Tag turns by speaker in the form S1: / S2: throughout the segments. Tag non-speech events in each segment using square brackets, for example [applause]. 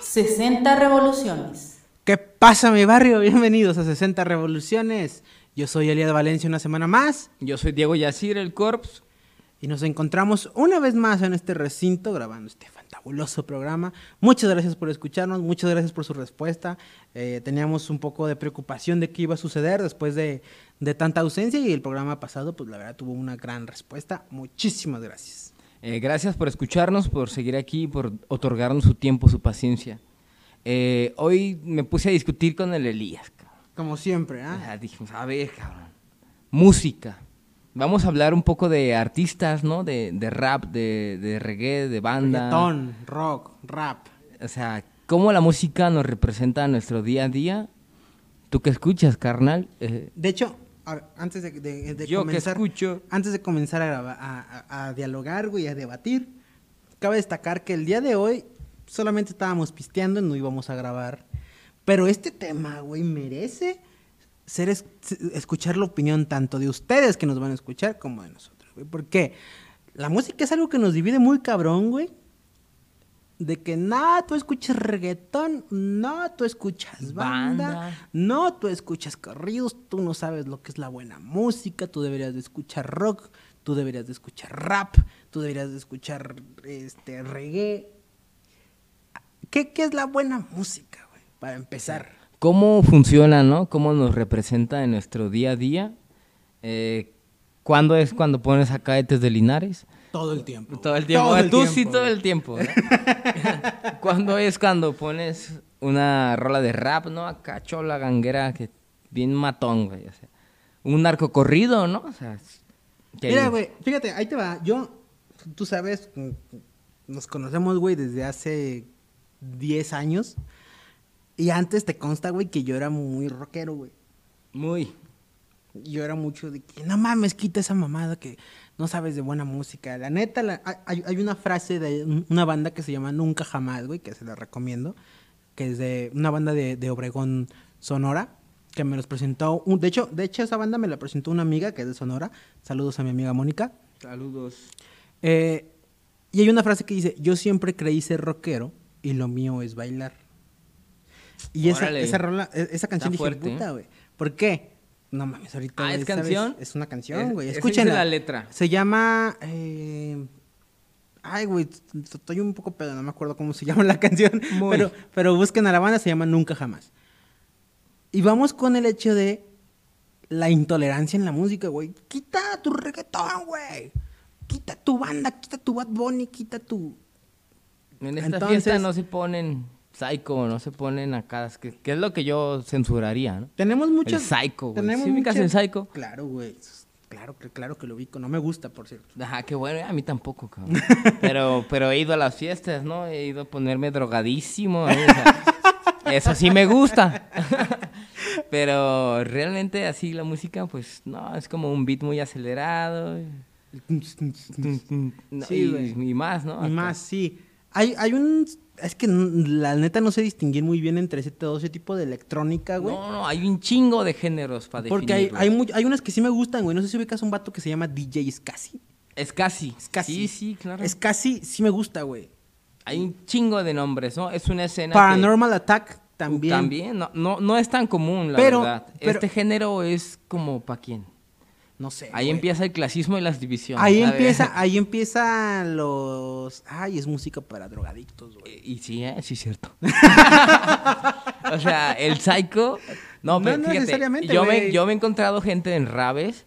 S1: 60 revoluciones.
S2: ¿Qué pasa mi barrio? Bienvenidos a 60 Revoluciones. Yo soy Eliad Valencia una semana más
S3: Yo soy Diego Yacir, el Corps.
S2: y nos encontramos una vez más en este recinto grabando este fantabuloso programa. Muchas gracias por escucharnos, muchas gracias por su respuesta. Eh, teníamos un poco de preocupación de qué iba a suceder después de, de tanta ausencia y el programa pasado pues la verdad tuvo una gran respuesta. Muchísimas gracias.
S3: Eh, gracias por escucharnos, por seguir aquí, por otorgarnos su tiempo, su paciencia. Eh, hoy me puse a discutir con el Elías. cabrón.
S2: Como siempre,
S3: O
S2: ¿ah?
S3: sea, dijimos, a ver, cabrón. Música. Vamos a hablar un poco de artistas, ¿no? De, de rap, de, de reggae, de banda.
S2: Reggaetón, rock, rap.
S3: O sea, cómo la música nos representa a nuestro día a día. ¿Tú qué escuchas, carnal? Eh,
S2: De hecho, a ver, antes de, de- de
S3: Yo que
S2: comenzar,
S3: escucho.
S2: antes de comenzar a, graba- a, a- a dialogar, güey, a debatir, cabe destacar que el día de hoy solamente estábamos pisteando, no íbamos a grabar, pero este tema, güey, merece ser es- escuchar la opinión tanto de ustedes que nos van a escuchar como de nosotros, güey, porque la música es algo que nos divide muy cabrón, güey. De que nada, tú escuchas reggaetón, no, tú escuchas banda,
S3: Banda.
S2: no, tú escuchas corridos, tú no sabes lo que es la buena música, tú deberías de escuchar rock, tú deberías de escuchar rap, tú deberías de escuchar este reggae. ¿Qué, qué es la buena música, güey? Para empezar.
S3: cómo funciona, ¿no? Cómo nos representa en nuestro día a día. Eh, ¿Cuándo es cuando pones a cadetes de Linares?
S2: Todo el tiempo.
S3: Todo el tiempo. Ah, Tú sí, todo
S2: güey.
S3: el tiempo.
S2: [laughs]
S3: ¿no? ¿Cuándo es cuando pones una rola de rap, ¿no? Acá chola ganguera, que bien matón, güey. o sea, un narco corrido, ¿no? O sea, es- que
S2: Mira,
S3: hay-
S2: güey, fíjate, ahí te va. Yo, tú sabes, mm, nos conocemos, güey, desde hace 10 años. Y antes te consta, güey, que yo era muy rockero, güey.
S3: Muy.
S2: Yo era mucho de que, no mames, quita esa mamada que no sabes de buena música. La neta, la- hay, hay una frase de un- una banda que se llama Nunca Jamás, güey, que se la recomiendo, que es de una banda de, de Obregón, Sonora, que me los presentó, un- de, hecho, de hecho esa banda me la presentó una amiga que es de Sonora. Saludos a mi amiga Mónica.
S3: Saludos.
S2: Eh, y hay una frase que dice, yo siempre creí ser rockero y lo mío es bailar. Y esa,
S3: Órale.
S2: esa rola, e- esa canción dije,
S3: fuerte, ¿eh?
S2: puta, güey. ¿Por qué? No mames, ahorita.
S3: Ah,
S2: güey,
S3: ¿es
S2: ¿sabes?
S3: canción?
S2: Es una canción,
S3: Es-
S2: güey.
S3: esa dice
S2: Escúchenla.
S3: la letra.
S2: Se llama... eh, Ay, güey, t- t- estoy un poco pedo, no me acuerdo cómo se [laughs] llama la canción.
S3: Muy.
S2: Pero, pero busquen a la banda, se llama Nunca Jamás. Y vamos con el hecho de la intolerancia en la música, güey. Quita tu reggaetón, güey. Quita tu banda, quita tu Bad Bunny, quita tu...
S3: En esta
S2: Entonces-
S3: fiesta no se ponen psycho, no se ponen acá, es que, que es lo que yo censuraría, ¿no?
S2: Tenemos muchas...
S3: El Psycho, güey.
S2: Tenemos
S3: ¿Sí ubicas
S2: muchas-
S3: el Psycho?
S2: Claro, güey. Claro, que- claro que lo ubico. No me gusta, por
S3: [laughs]
S2: cierto.
S3: Ajá, qué bueno, eh, a mí
S2: [laughs]
S3: tampoco, cabrón. Pero, pero he ido a las fiestas, ¿no? He ido a ponerme drogadísimo. ¿eh? O sea, eso sí me gusta. [laughs] pero realmente así la música, pues no, es como un beat muy acelerado. y- no,
S2: Sí,
S3: y-
S2: güey.
S3: y, más, ¿no?
S2: Y
S3: Acá.
S2: más, sí. Hay, hay un... Es que n- la neta no sé distinguir muy bien entre ese, todo ese tipo de electrónica, güey.
S3: No, no, hay un chingo de géneros para
S2: Porque hay, hay, mu- hay unas que sí me gustan, güey. No sé si ubicas un vato que se llama DJ Scassi.
S3: Es casi.
S2: Scassi.
S3: Sí, sí, claro.
S2: Scassi sí me gusta, güey.
S3: Hay un chingo de nombres, ¿no? Es una escena. que- Uh,
S2: Paranormal Attack también.
S3: También, no, no, no es tan común, la
S2: Pero-
S3: verdad.
S2: pero-
S3: este género es como para quién.
S2: No sé.
S3: Ahí
S2: güey.
S3: empieza el clasismo y las divisiones.
S2: Ahí
S3: ¿sabes?
S2: empieza, ahí empieza los. Ay, es música para drogadictos, güey.
S3: [laughs] Y, y sí, ¿eh? sí, cierto. [laughs] o sea, el psycho. No,
S2: No
S3: pero fíjate,
S2: necesariamente,
S3: yo me,
S2: güey.
S3: yo me he encontrado gente en Rabes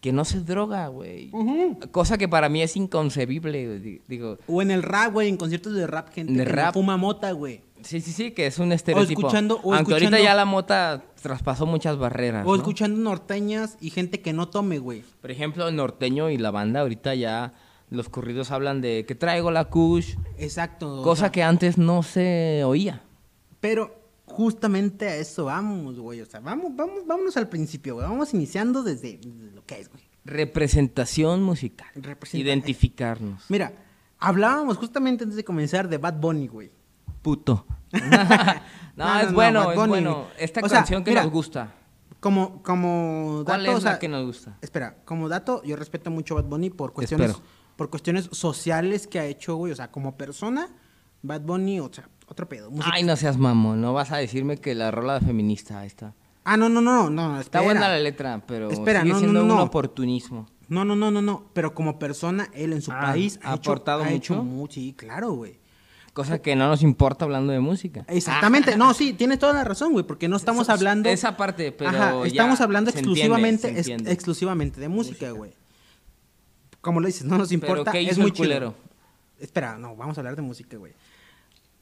S3: que no se droga, güey. Cosa que para mí es inconcebible. güey. Di- Digo,
S2: O en el rap, güey, en conciertos de rap, gente.
S3: De
S2: que no
S3: rap.
S2: fuma mota, güey.
S3: sí, sí, sí, que es un estereotipo.
S2: escuchando- o
S3: Aunque ahorita
S2: escuchando-
S3: ya la mota traspasó muchas barreras.
S2: O
S3: ¿no?
S2: escuchando norteñas y gente que no tome, güey.
S3: Por ejemplo, el norteño y la banda ahorita ya los corridos hablan de que traigo la kush,
S2: Exacto. o
S3: cosa
S2: sea,
S3: que antes no se oía.
S2: Pero justamente a eso vamos, güey. O sea, vamos, vamos, vámonos al principio, güey. Vamos iniciando desde desde lo que es, güey.
S3: Representación musical.
S2: Representa-
S3: Identificarnos.
S2: Mira, hablábamos justamente antes de comenzar de Bad Bunny, güey.
S3: Puto. [laughs] no,
S2: No, no,
S3: es
S2: no,
S3: bueno,
S2: Bad
S3: es
S2: Bunny.
S3: bueno. Esta
S2: O sea,
S3: canción que
S2: mira,
S3: nos gusta.
S2: Como, como
S3: ¿Cuál
S2: dato,
S3: es
S2: o sea,
S3: la que nos gusta?
S2: Espera, como dato, yo respeto mucho a Bad Bunny por cuestiones,
S3: Espero.
S2: por cuestiones sociales que ha hecho, güey. O sea, como persona, Bad Bunny, o sea, otro pedo. música-
S3: Ay, no seas mamón, no vas a decirme que la rola de feminista ahí está.
S2: Ah, no, no, no, no, no,
S3: Está
S2: espera.
S3: buena la letra, pero
S2: Espera,
S3: sigue
S2: no, no,
S3: siendo
S2: no, no.
S3: un oportunismo.
S2: No, no, no, no, no. Pero como persona, él en su
S3: Ah,
S2: país
S3: ¿ha
S2: hecho-
S3: aportado
S2: ha hecho
S3: mucho?
S2: mucho. Sí, claro, güey.
S3: Cosa que no nos importa hablando de música.
S2: Exactamente, no, sí, tienes toda la razón, güey, porque no estamos
S3: Esa-
S2: hablando.
S3: Ah. esa parte, pero ya
S2: estamos hablando
S3: se entiende,
S2: exclusivamente,
S3: se
S2: ex-
S3: entiende.
S2: exclusivamente de música, güey. Como lo dices, no nos importa.
S3: ¿qué
S2: es
S3: hizo
S2: muy
S3: el culero?
S2: chido. Espera, no, vamos a hablar de música, güey.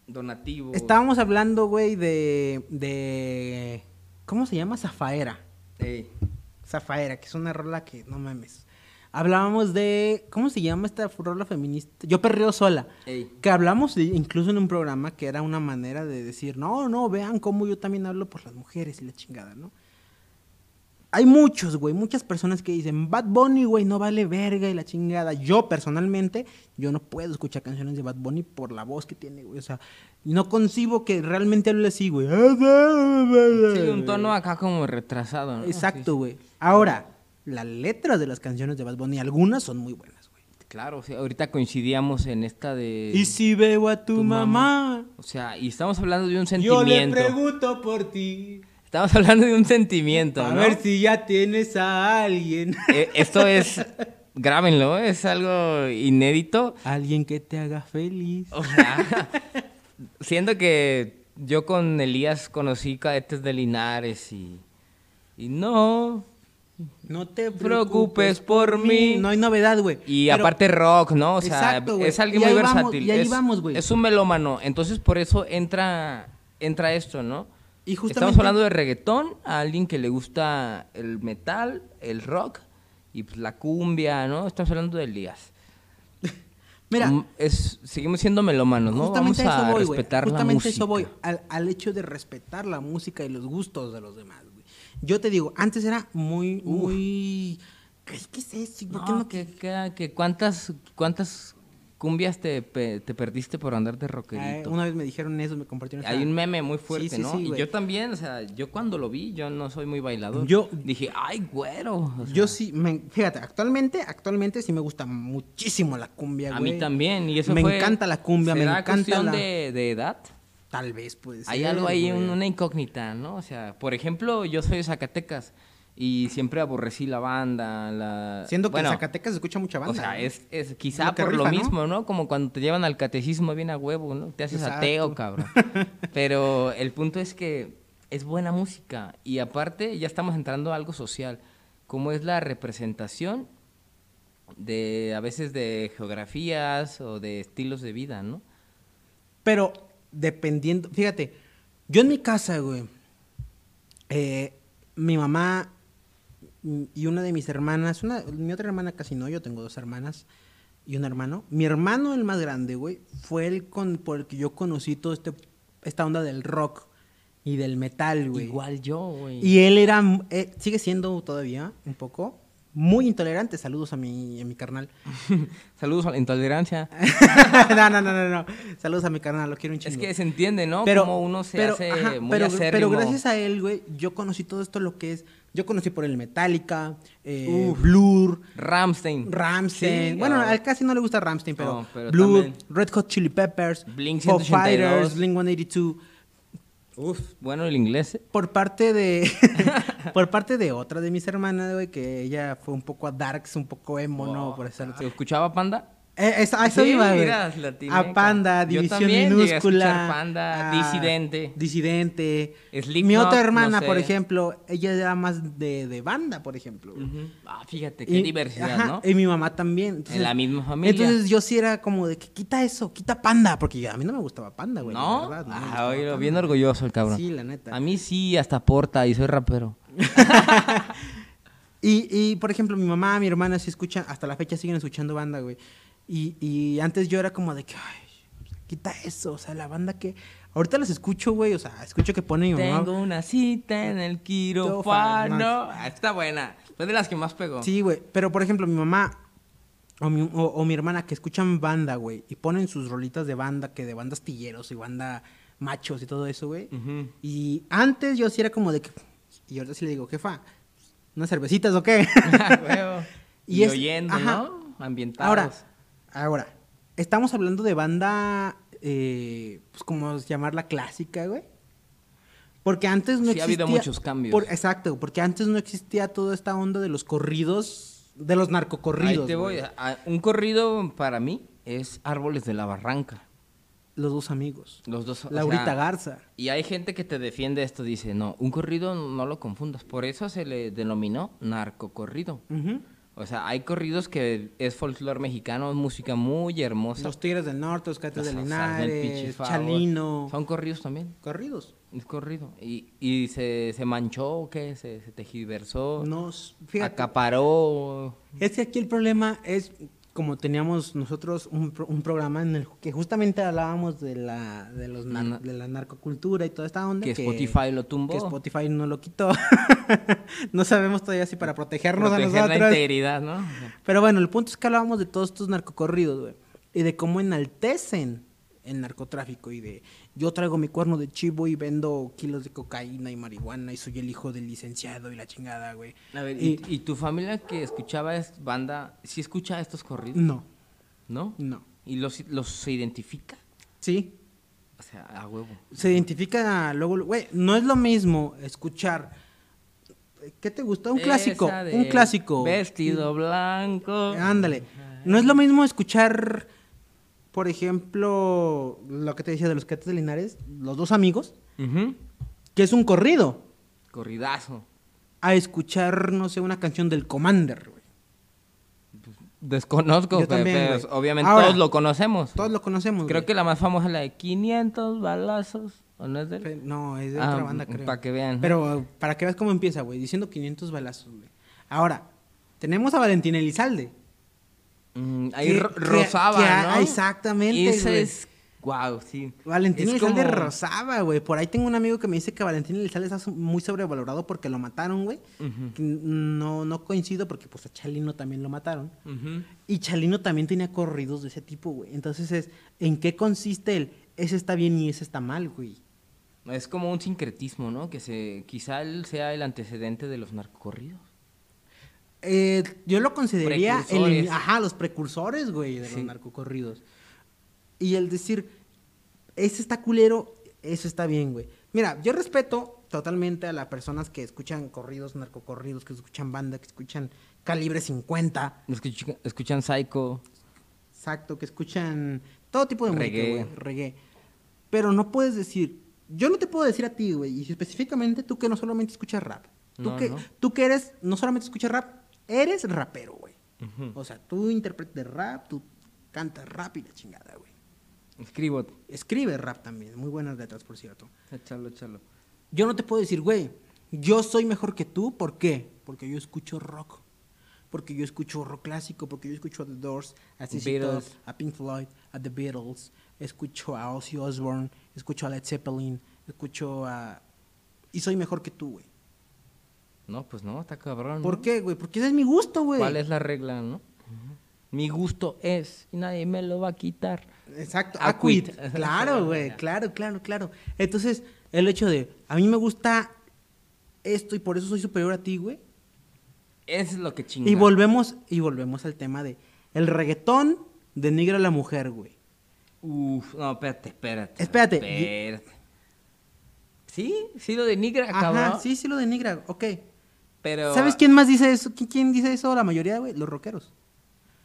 S3: Donativo.
S2: Estábamos hablando, güey, de, de. ¿Cómo se llama? Zafaera.
S3: Ey.
S2: Zafaera, que es una rola que no mames. Hablábamos de. ¿Cómo se llama esta rola feminista? Yo perreo sola.
S3: Ey.
S2: Que hablamos de- incluso en un programa que era una manera de decir, no, no, vean cómo yo también hablo por las mujeres y la chingada, ¿no? Hay muchos, güey, muchas personas que dicen, Bad Bunny, güey, no vale verga y la chingada. Yo personalmente, yo no puedo escuchar canciones de Bad Bunny por la voz que tiene, güey. O sea, no concibo que realmente hable así, güey.
S3: Sí, un tono acá como retrasado, ¿no?
S2: Exacto,
S3: Ah, Sí,
S2: güey. Ahora, las letras de las canciones de Bad Bunny, algunas son muy buenas, güey.
S3: sí. Claro, o sea, ahorita coincidíamos en esta de...
S2: Y si veo a tu,
S3: tu
S2: mamá,
S3: O sea, y estamos hablando de un
S2: yo
S3: sentimiento.
S2: le pregunto por ti.
S3: Estamos hablando de un sentimiento,
S2: A
S3: ¿no?
S2: ver si ya tienes a
S3: [laughs]
S2: alguien.
S3: Eh, esto es... Grábenlo, es algo inédito.
S2: Alguien que te haga feliz.
S3: O sea, siento que yo con Elías conocí cadetes de Linares y... Y no...
S2: No te
S3: preocupes por mí.
S2: No hay novedad, güey.
S3: Y
S2: Pero-
S3: aparte rock, ¿no? O sea,
S2: Exacto, güey.
S3: es alguien
S2: Y
S3: muy
S2: ahí vamos,
S3: versátil.
S2: y ahí
S3: es,
S2: vamos, güey.
S3: es un melómano. Entonces, por eso entra, entra esto, ¿no?
S2: Y justamente-
S3: Estamos hablando de reggaetón, a alguien que le gusta el metal, el rock y pues, la cumbia, ¿no? Estamos hablando de ligas.
S2: Mira,
S3: Mm, es, seguimos siendo melómanos, ¿no?
S2: justamente
S3: Vamos
S2: a
S3: a
S2: eso voy, güey.
S3: respetar la
S2: Justamente a
S3: música.
S2: eso voy. Al, al hecho de respetar la música y los gustos de los demás, güey. Yo te digo, antes era muy, muy. Ay, ¿Qué es eso? ¿Por qué
S3: No,
S2: no
S3: que, que- que cuántas, cuántas cumbias te, pe- te perdiste por andar de
S2: Ay,
S3: rockerito.
S2: Ah, una vez me dijeron eso, me compartieron. esa-
S3: Hay un meme muy fuerte,
S2: Sí, sí,
S3: ¿no?
S2: sí,
S3: y
S2: güey.
S3: yo también, o sea, yo cuando lo vi, yo no soy muy bailador.
S2: Yo-
S3: dije, ay, güero. o sea,
S2: Yo sí, me, fíjate, actualmente, actualmente sí me gusta muchísimo la cumbia,
S3: a
S2: güey.
S3: mí también. Y eso
S2: Me
S3: fue-
S2: encanta la cumbia, me
S3: ¿será
S2: encanta
S3: cuestión
S2: la-
S3: de, de edad.
S2: Tal vez, pues.
S3: Hay algo ahí, un- una incógnita, ¿no? O sea, por ejemplo, yo soy de Zacatecas y siempre aborrecí la banda, la...
S2: Siendo que
S3: Bueno,
S2: en Zacatecas se escucha mucha banda.
S3: O sea,
S2: güey.
S3: es, es
S2: Lo
S3: quizá
S2: que
S3: por lo
S2: rifa, ¿no?
S3: mismo, ¿no? Como cuando te llevan al catecismo bien a huevo, ¿no? Te haces
S2: Exacto. [laughs]
S3: ateo, cabrón. Pero el punto es que es buena música y aparte ya estamos entrando a algo social, como es la representación de a veces de geografías o de estilos de vida, ¿no?
S2: Pero dependiendo, fíjate, yo en mi casa, güey, eh, mi mamá mm, y una de mis hermanas, una, mi otra hermana casi no, yo tengo dos hermanas y un hermano. Mi hermano, el más grande, güey, fue el con, por el que yo conocí todo este, esta onda del rock y del metal, güey.
S3: Igual yo, güey.
S2: Y él era, eh, sigue siendo todavía un poco muy intolerante. Saludos a mi, a mi carnal.
S3: [laughs]
S2: [laughs]
S3: Saludos a la intolerancia.
S2: no, no, no, no, no. Saludos a mi carnal, lo quiero un chingo.
S3: Es que se entiende, ¿no? Como uno se
S2: pero,
S3: hace
S2: ajá,
S3: muy
S2: pero, pero
S3: acérrimo.
S2: gracias a él, güey, yo conocí todo esto lo que es. Yo conocí por el Metallica, eh,
S3: Uf.
S2: Blur,
S3: Ramstein.
S2: Ramstein.
S3: Sí,
S2: bueno,
S3: ah,
S2: a él casi no le gusta Ramstein, pero,
S3: No, pero
S2: Blur,
S3: también.
S2: Red Hot Chili Peppers,
S3: Blink
S2: Foo
S3: 182.
S2: Fighters, Blink 182.
S3: Uf, bueno, el inglés. ¿eh?
S2: Por parte
S3: [laughs]
S2: de. por parte de otra de mis hermanas, güey, que ella fue un poco darks, un poco emo, ¿no? Por eso.
S3: ¿Se escuchaba Panda?
S2: Eh, es- a eso
S3: Sí,
S2: iba, güey.
S3: miras, la tiene
S2: A
S3: acá.
S2: Panda,
S3: Yo
S2: División
S3: también llegué a escuchar
S2: Minúscula.
S3: Panda,
S2: a
S3: Disidente.
S2: Disidente.
S3: Slipknot,
S2: Mi otra
S3: no
S2: hermana,
S3: sé.
S2: por ejemplo, ella era más de, de banda, por ejemplo. güey.
S3: Ah, fíjate, qué
S2: Y-
S3: diversidad,
S2: ajá,
S3: ¿no?
S2: Y mi mamá también. Entonces,
S3: la misma familia.
S2: Entonces yo sí era como de que quita eso, quita Panda, porque yo- a mí no me gustaba Panda, güey. la
S3: ¿No?
S2: verdad, no me
S3: Ah,
S2: gustaba
S3: oye,
S2: Panda.
S3: bien orgulloso el cabrón.
S2: Sí, la neta.
S3: A mí sí, hasta porta y soy rapero.
S2: Y, y, por ejemplo, mi mamá, mi hermana, sí escuchan, hasta la fecha siguen escuchando banda, güey. Y, y antes yo era como de que, ay, quita eso, o sea, la banda que... Ahorita las escucho, güey, o sea, escucho que pone mi mamá.
S3: Tengo una cita en el
S2: Quirófano.
S3: quirófano. Ah, Está buena. Fue de las que más pegó.
S2: Sí, güey, pero por ejemplo, mi mamá o mi, o- o mi hermana que escuchan banda, güey, y ponen sus rolitas de banda, que de bandas tilleros y banda machos y todo eso, güey.
S3: Ujú.
S2: Y antes yo sí era como de que... Y ahorita sí le digo, jefa, ¿unas cervecitas o
S3: [laughs]
S2: qué?
S3: [laughs] Ah, huevo.
S2: Y
S3: y
S2: es-
S3: oyendo,
S2: ajá.
S3: ¿no? Ambientados.
S2: Ahora, ahora, estamos hablando de banda eh, pues como llamarla clásica, güey. Porque antes no
S3: Sí,
S2: existía...
S3: ha habido muchos cambios.
S2: por- exacto, porque antes no existía toda esta onda de los corridos, de los narcocorridos.
S3: Ahí te voy.
S2: güey.
S3: Ah, Un corrido para mí es Árboles de la Barranca.
S2: Los dos amigos.
S3: Los dos. o
S2: Laurita
S3: sea,
S2: Garza.
S3: Y hay gente que te defiende esto, dice, no, un corrido no lo confundas. Por eso se le denominó narcocorrido.
S2: Ujú.
S3: O sea, hay corridos que es folclore mexicano, música muy hermosa.
S2: Los Tigres del Norte, los Cates
S3: Las
S2: de
S3: asas del
S2: Linares,
S3: Pichifagos.
S2: Chalino.
S3: Son corridos también,
S2: Corridos.
S3: es corrido. Y, y se, se manchó, ¿o ¿qué? Se, se tejiversó,
S2: No, fíjate.
S3: acaparó.
S2: Es que aquí el problema es, como teníamos nosotros un, pro- un programa en el que justamente hablábamos de la, de los nar-
S3: Na-
S2: de la narcocultura y toda esta onda.
S3: Mm. Que Spotify lo tumbó.
S2: Que Spotify no lo quitó. [laughs] no sabemos todavía si para protegernos a
S3: Proteger la
S2: nosotros.
S3: integridad, ¿no?
S2: Pero bueno, el punto es que hablábamos de todos estos narcocorridos, güey. Y de cómo enaltecen el narcotráfico. Y de yo traigo mi cuerno de chivo y vendo kilos de cocaína y marihuana y soy el hijo del licenciado y la chingada, güey.
S3: A ver,
S2: y,
S3: ¿y, y tu familia que escuchaba es banda, sí escucha estos corridos?
S2: No,
S3: ¿No?
S2: no.
S3: ¿Y los, los se identifica?
S2: Sí,
S3: O sea, a huevo.
S2: se identifica luego, güey, no es lo mismo escuchar ¿Qué te gusta? Un clásico,
S3: Esa de
S2: un clásico.
S3: Vestido blanco.
S2: Ándale. No es lo mismo escuchar por ejemplo lo que te decía de los Cates de Linares, los dos amigos,
S3: Ujú.
S2: que es un corrido,
S3: Corridazo.
S2: a escuchar no sé una canción del Commander, güey.
S3: Desconozco,
S2: Yo
S3: pero,
S2: también,
S3: pero
S2: güey.
S3: obviamente
S2: Ahora,
S3: todos lo conocemos.
S2: Todos lo conocemos.
S3: Creo
S2: güey.
S3: que la más famosa es la de 500 balazos. ¿O no es de él?
S2: Fe- No, es de
S3: Ah,
S2: otra banda, creo.
S3: pa' que vean.
S2: Pero para que veas cómo empieza, güey. Diciendo 500 balazos, güey. Ahora, tenemos a Valentín Elizalde.
S3: Mm, ahí
S2: que-
S3: ro-
S2: que-
S3: rozaba,
S2: que a-
S3: ¿no?
S2: exactamente,
S3: Ese
S2: güey.
S3: es... Wow, sí.
S2: Valentín
S3: Es
S2: Elizalde
S3: como-
S2: rozaba, güey. Por ahí tengo un amigo que me dice que Valentín Elizalde está so- muy sobrevalorado porque lo mataron, güey. Que No, no coincido porque pues a Chalino también lo mataron.
S3: Ujú.
S2: Y Chalino también tenía corridos de ese tipo, güey. Entonces es, ¿en qué consiste el ese está bien y ese está mal, güey?
S3: Es como un sincretismo, ¿no? Que se, quizá él sea el antecedente de los narcocorridos.
S2: Eh, yo lo consideraría el-
S3: Precursores.
S2: ajá, los precursores, güey, de
S3: Sí.
S2: los narcocorridos. Y el decir, ese está culero, eso está bien, güey. Mira, yo respeto totalmente a las personas que escuchan corridos, narcocorridos, que escuchan banda, que escuchan calibre 50,
S3: Los que chica- escuchan Psycho.
S2: exacto, que escuchan todo tipo de
S3: Reggae.
S2: música, güey, reggae. Pero no puedes decir, yo no te puedo decir a ti, güey, y específicamente tú que no solamente escuchas rap. Tú,
S3: No,
S2: que,
S3: no.
S2: tú que eres, no solamente escuchas rap, eres rapero, güey. O sea, tú interpretas rap, tú cantas rap y la chingada, güey.
S3: Escribo.
S2: Escribes rap también, muy buenas letras, por cierto.
S3: Échalo, échalo.
S2: Yo no te puedo decir, güey, yo soy mejor que tú, ¿por qué? Porque yo escucho rock. Porque yo escucho rock clásico, porque yo escucho a The Doors, a ZZ Top,
S3: Beatles.
S2: a Pink Floyd, a The Beatles, escucho a Ozzy Osbourne, escucho a Led Zeppelin, escucho a... Y soy mejor que tú, güey.
S3: No, pues no, está cabrón.
S2: ¿Por
S3: ¿no?
S2: qué, güey? Porque ese es mi gusto, güey.
S3: ¿Cuál es la regla, no? Mi gusto es y nadie me lo va a quitar.
S2: Exacto,
S3: Acuit.
S2: Acuit.
S3: [laughs]
S2: Claro, güey, claro, claro, claro. Entonces, el hecho de, a mí me gusta esto y por eso soy superior a ti, güey.
S3: Eso es lo que chinga.
S2: Y volvemos, y volvemos al tema de, el reggaetón denigra a la mujer, güey.
S3: Uf, no, espérate, espérate.
S2: Espérate, y-
S3: espérate. Sí, sí lo denigra,
S2: Ajá,
S3: cabrón.
S2: sí, sí lo denigra, ok.
S3: Pero
S2: ¿Sabes quién más dice eso? ¿Qui- ¿Quién dice eso? La mayoría, güey, los rockeros.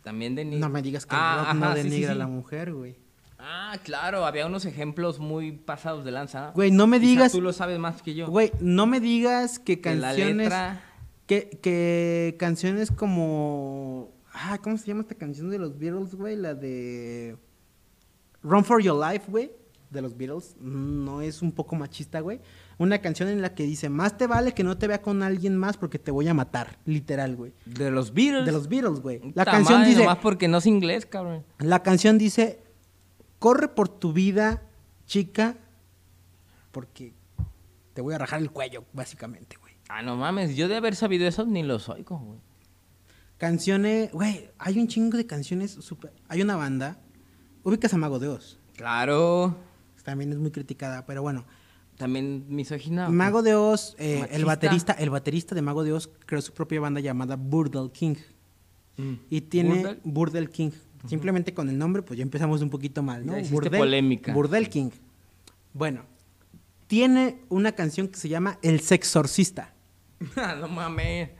S3: También denigra.
S2: No me digas que
S3: Ah,
S2: el rock no
S3: ajá, sí, sí,
S2: denigra a
S3: sí.
S2: la mujer, güey.
S3: Ah, claro, había unos ejemplos muy pasados de lanza.
S2: Güey, no me
S3: Quizá
S2: digas-
S3: Tú lo sabes más que yo.
S2: Güey, no me digas que
S3: Que la
S2: canciones...
S3: letra-
S2: Que, que canciones como... Ah, ¿cómo se llama esta canción de los Beatles, güey? La de... Run for Your Life, güey. De los Beatles. No es un poco machista, güey. Una canción en la que dice, más te vale que no te vea con alguien más porque te voy a matar. Literal, güey.
S3: De los Beatles.
S2: De los Beatles, güey. La
S3: Puta
S2: canción
S3: madre,
S2: dice...
S3: Nomás porque no es inglés, cabrón.
S2: La canción dice, corre por tu vida, chica, porque te voy a rajar el cuello, básicamente, güey.
S3: Ah, no mames, yo de haber sabido eso ni los oigo, güey.
S2: Canciones, güey, hay un chingo de canciones super... Hay una banda, ubicas a Mago de Oz,
S3: Claro.
S2: también es muy criticada, pero bueno.
S3: También misógina.
S2: Mago de Oz, eh, el
S3: Ah, Machista.
S2: baterista, el baterista de Mago de Oz creó su propia banda llamada Burdel King.
S3: Mm. [laughs]
S2: Y tiene
S3: Burdel.
S2: Burdel King. Simplemente con el nombre, pues ya empezamos un poquito mal, ¿no?
S3: Ya hiciste polémica.
S2: Burdel King. Bueno, tiene una canción que se llama El Sexorcista.
S3: Ah, no mames.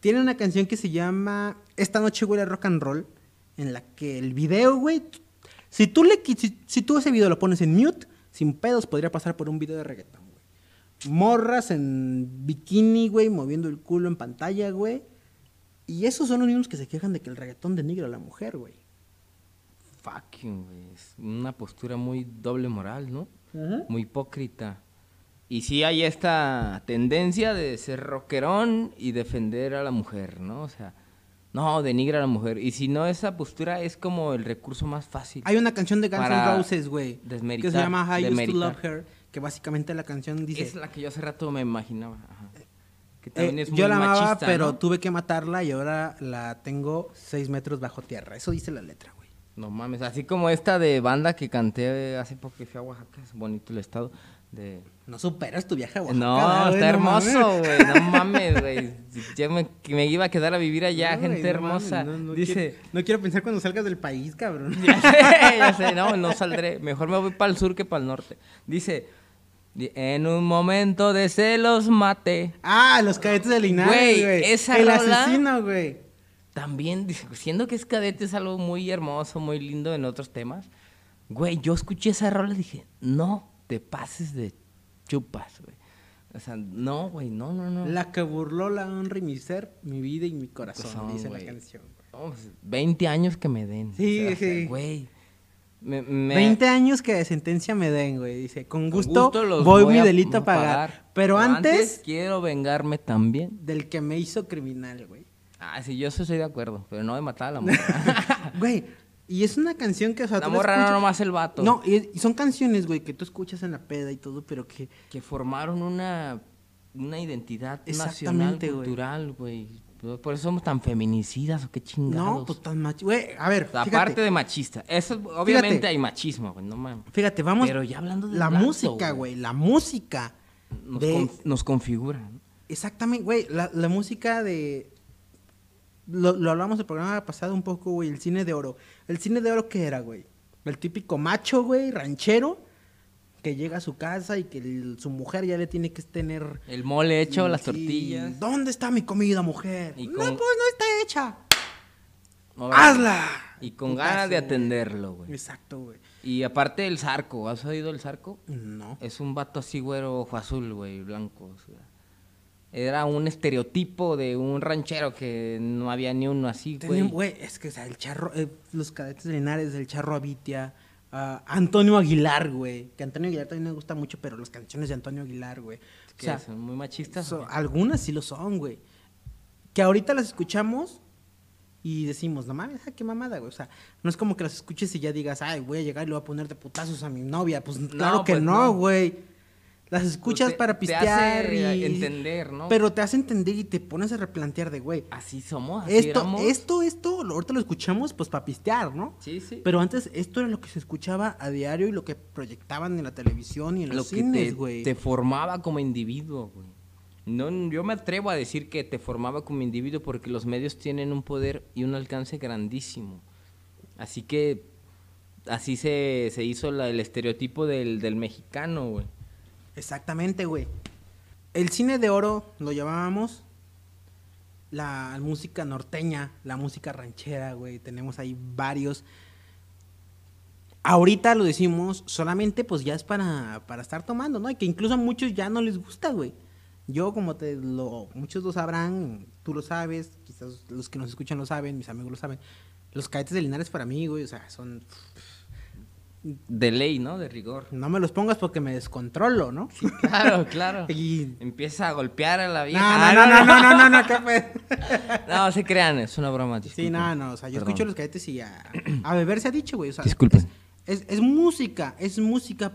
S2: Tiene una canción que se llama Esta noche huele a rock and roll, en la que el video, güey, t- si tú le qui- si, si tú ese video lo pones en mute, sin pedos podría pasar por un video de reggaetón, güey. Morras en bikini, güey, moviendo el culo en pantalla, güey. Y esos son los mismos que se quejan de que el reggaetón denigra a la mujer, güey.
S3: Fucking, güey. Es una postura muy doble moral, ¿no? Muy hipócrita. Y sí hay esta tendencia de ser rockerón y defender a la mujer, ¿no? O sea, no, denigra a la mujer. Y si no, esa postura es como el recurso más fácil.
S2: Hay una canción de Guns N'
S3: Para
S2: Roses, güey, que
S3: desmeritar,
S2: se llama I Used to
S3: demeritar.
S2: Love Her, que básicamente la canción dice
S3: Es la que yo hace rato me imaginaba. ajá. Que
S2: Eh,
S3: también es muy
S2: yo la amaba,
S3: machista,
S2: pero
S3: ¿no?
S2: tuve que matarla y ahora la tengo seis metros bajo tierra. Eso dice la letra, güey.
S3: No mames, así como esta de banda que canté hace poco que fui a Oaxaca, es bonito el estado de...
S2: No superas tu viaje a Oaxaca,
S3: No,
S2: güey,
S3: está hermoso,
S2: mames.
S3: güey, no mames, güey. Yo me, que me iba a quedar a vivir allá,
S2: Ay,
S3: gente
S2: no
S3: hermosa.
S2: mames, no, no
S3: Dice,
S2: quiero- no quiero pensar cuando salgas del país, cabrón.
S3: ya sé, [laughs] ya sé, no, no saldré, mejor me voy para el sur que para el norte. Dice, "Di- en un momento de celos maté.
S2: [laughs] ah, los cadetes de Linares,
S3: Güey,
S2: güey.
S3: esa
S2: El
S3: rola-
S2: asesino, güey.
S3: También, [laughs] dice, siendo que es cadete es algo muy hermoso, muy lindo en otros temas. Güey, yo escuché esa rola y dije, no te pases de chupas, güey. O sea, no, güey, no, no, no.
S2: La que burló la honra y mi ser, mi vida y mi corazón,
S3: Corazón,
S2: dice
S3: güey.
S2: la canción. güey.
S3: No, pues, 20 años que me den.
S2: Sí,
S3: O sea,
S2: sí.
S3: Güey. Me, me-
S2: 20 años que de sentencia me den, güey. Dice, con
S3: con
S2: gusto,
S3: los
S2: voy, mi
S3: a
S2: delito a pagar. Pero antes
S3: Quiero vengarme también.
S2: del que me hizo criminal,
S3: [laughs]
S2: güey.
S3: Ah, sí, yo sí estoy de acuerdo. Pero no de matar a
S2: [laughs]
S3: la morra.
S2: Güey, y es una canción que, o sea,
S3: la
S2: tú la
S3: morra no
S2: escuchas-
S3: nomás el vato.
S2: No, y, y son canciones, güey, que tú escuchas en la peda y todo, pero que
S3: Que formaron una, una identidad nacional,
S2: Exactamente, güey.
S3: cultural, güey. Por eso somos tan feminicidas o qué chingados.
S2: no, pues tan macho. Güey, a ver,
S3: O sea,
S2: fíjate,
S3: aparte de machista. Eso, obviamente
S2: Fíjate.
S3: hay machismo, güey. No mames.
S2: fíjate, vamos.
S3: Pero ya hablando de
S2: la
S3: blanco,
S2: música,
S3: güey.
S2: güey, la música
S3: Nos,
S2: de
S3: con- nos configura. ¿no?
S2: exactamente, güey, la, la música de lo, lo hablamos el programa pasado un poco, güey, el cine de oro. El cine de oro qué era, güey? El típico macho, güey, ranchero que llega a su casa y que el- su mujer ya le tiene que tener
S3: El mole hecho, las
S2: Sí,
S3: tortillas.
S2: ¿Dónde está mi comida, mujer?
S3: Y
S2: No,
S3: con-
S2: pues no está hecha.
S3: No, ¿verdad?
S2: ¡Hazla!
S3: Y con
S2: Putazo,
S3: ganas de
S2: güey.
S3: atenderlo, güey.
S2: Exacto, güey.
S3: Y aparte el zarco, ¿has oído el zarco?
S2: No.
S3: Es un vato así güero, ojo azul, güey, blanco. o sea. Era un estereotipo de un ranchero que no había ni uno así,
S2: Tenía-
S3: güey.
S2: Güey, es que, o sea, el charro, eh, los cadetes de Linares, el charro Abitia, ah, Antonio Aguilar, güey. Que Antonio Aguilar también me gusta mucho, pero las canciones de Antonio Aguilar, güey. O
S3: Que
S2: sea,
S3: son muy machistas.
S2: so-
S3: güey.
S2: algunas sí lo son, güey. Que ahorita las escuchamos y decimos, no mames, ah, qué mamada, güey. O sea, no es como que las escuches y ya digas, ay, voy a llegar y le voy a poner de putazos a mi novia. Pues claro que
S3: pues,
S2: no,
S3: no.
S2: güey. Las escuchas
S3: Pues te-
S2: para
S3: te
S2: pistear
S3: hace
S2: y.
S3: entender, ¿no?
S2: Pero te hace entender y te pones a replantear de, güey.
S3: Así somos, así
S2: Esto,
S3: éramos.
S2: esto, esto, lo- ahorita lo escuchamos pues para pistear, ¿no?
S3: Sí, sí.
S2: Pero antes esto era lo que se escuchaba a diario y lo que proyectaban en la televisión y en
S3: lo
S2: los
S3: que te,
S2: cines, güey.
S3: te formaba como individuo, güey. No, yo me atrevo a decir que te formaba como individuo porque los medios tienen un poder y un alcance grandísimo. Así que así se, se hizo la- el estereotipo del, del mexicano, güey.
S2: Exactamente, güey. El cine de oro lo llamábamos la música norteña, la música ranchera, güey. Tenemos ahí varios. Ahorita lo decimos solamente pues ya es para, para estar tomando, ¿no? Y que incluso a muchos ya no les gusta, güey. Yo como te lo muchos lo sabrán, tú lo sabes, quizás los que nos escuchan lo saben, mis amigos lo saben. Los cadetes de Linares para mí, güey, o sea, son
S3: De ley, ¿no? De rigor.
S2: no me los pongas porque me descontrolo, ¿no? [laughs]
S3: Claro, claro.
S2: Y-
S3: Empieza a golpear a la
S2: No,
S3: vieja. Ah,
S2: no, no, no, no, no, no, no, qué pedo.
S3: No, se crean, es una broma.
S2: Sí,
S3: disculpen.
S2: no, no, o sea, yo
S3: Perdón.
S2: escucho los cadetes y a, a beber se ha dicho, güey. O sea,
S3: Disculpen.
S2: Es, es, es música, es música,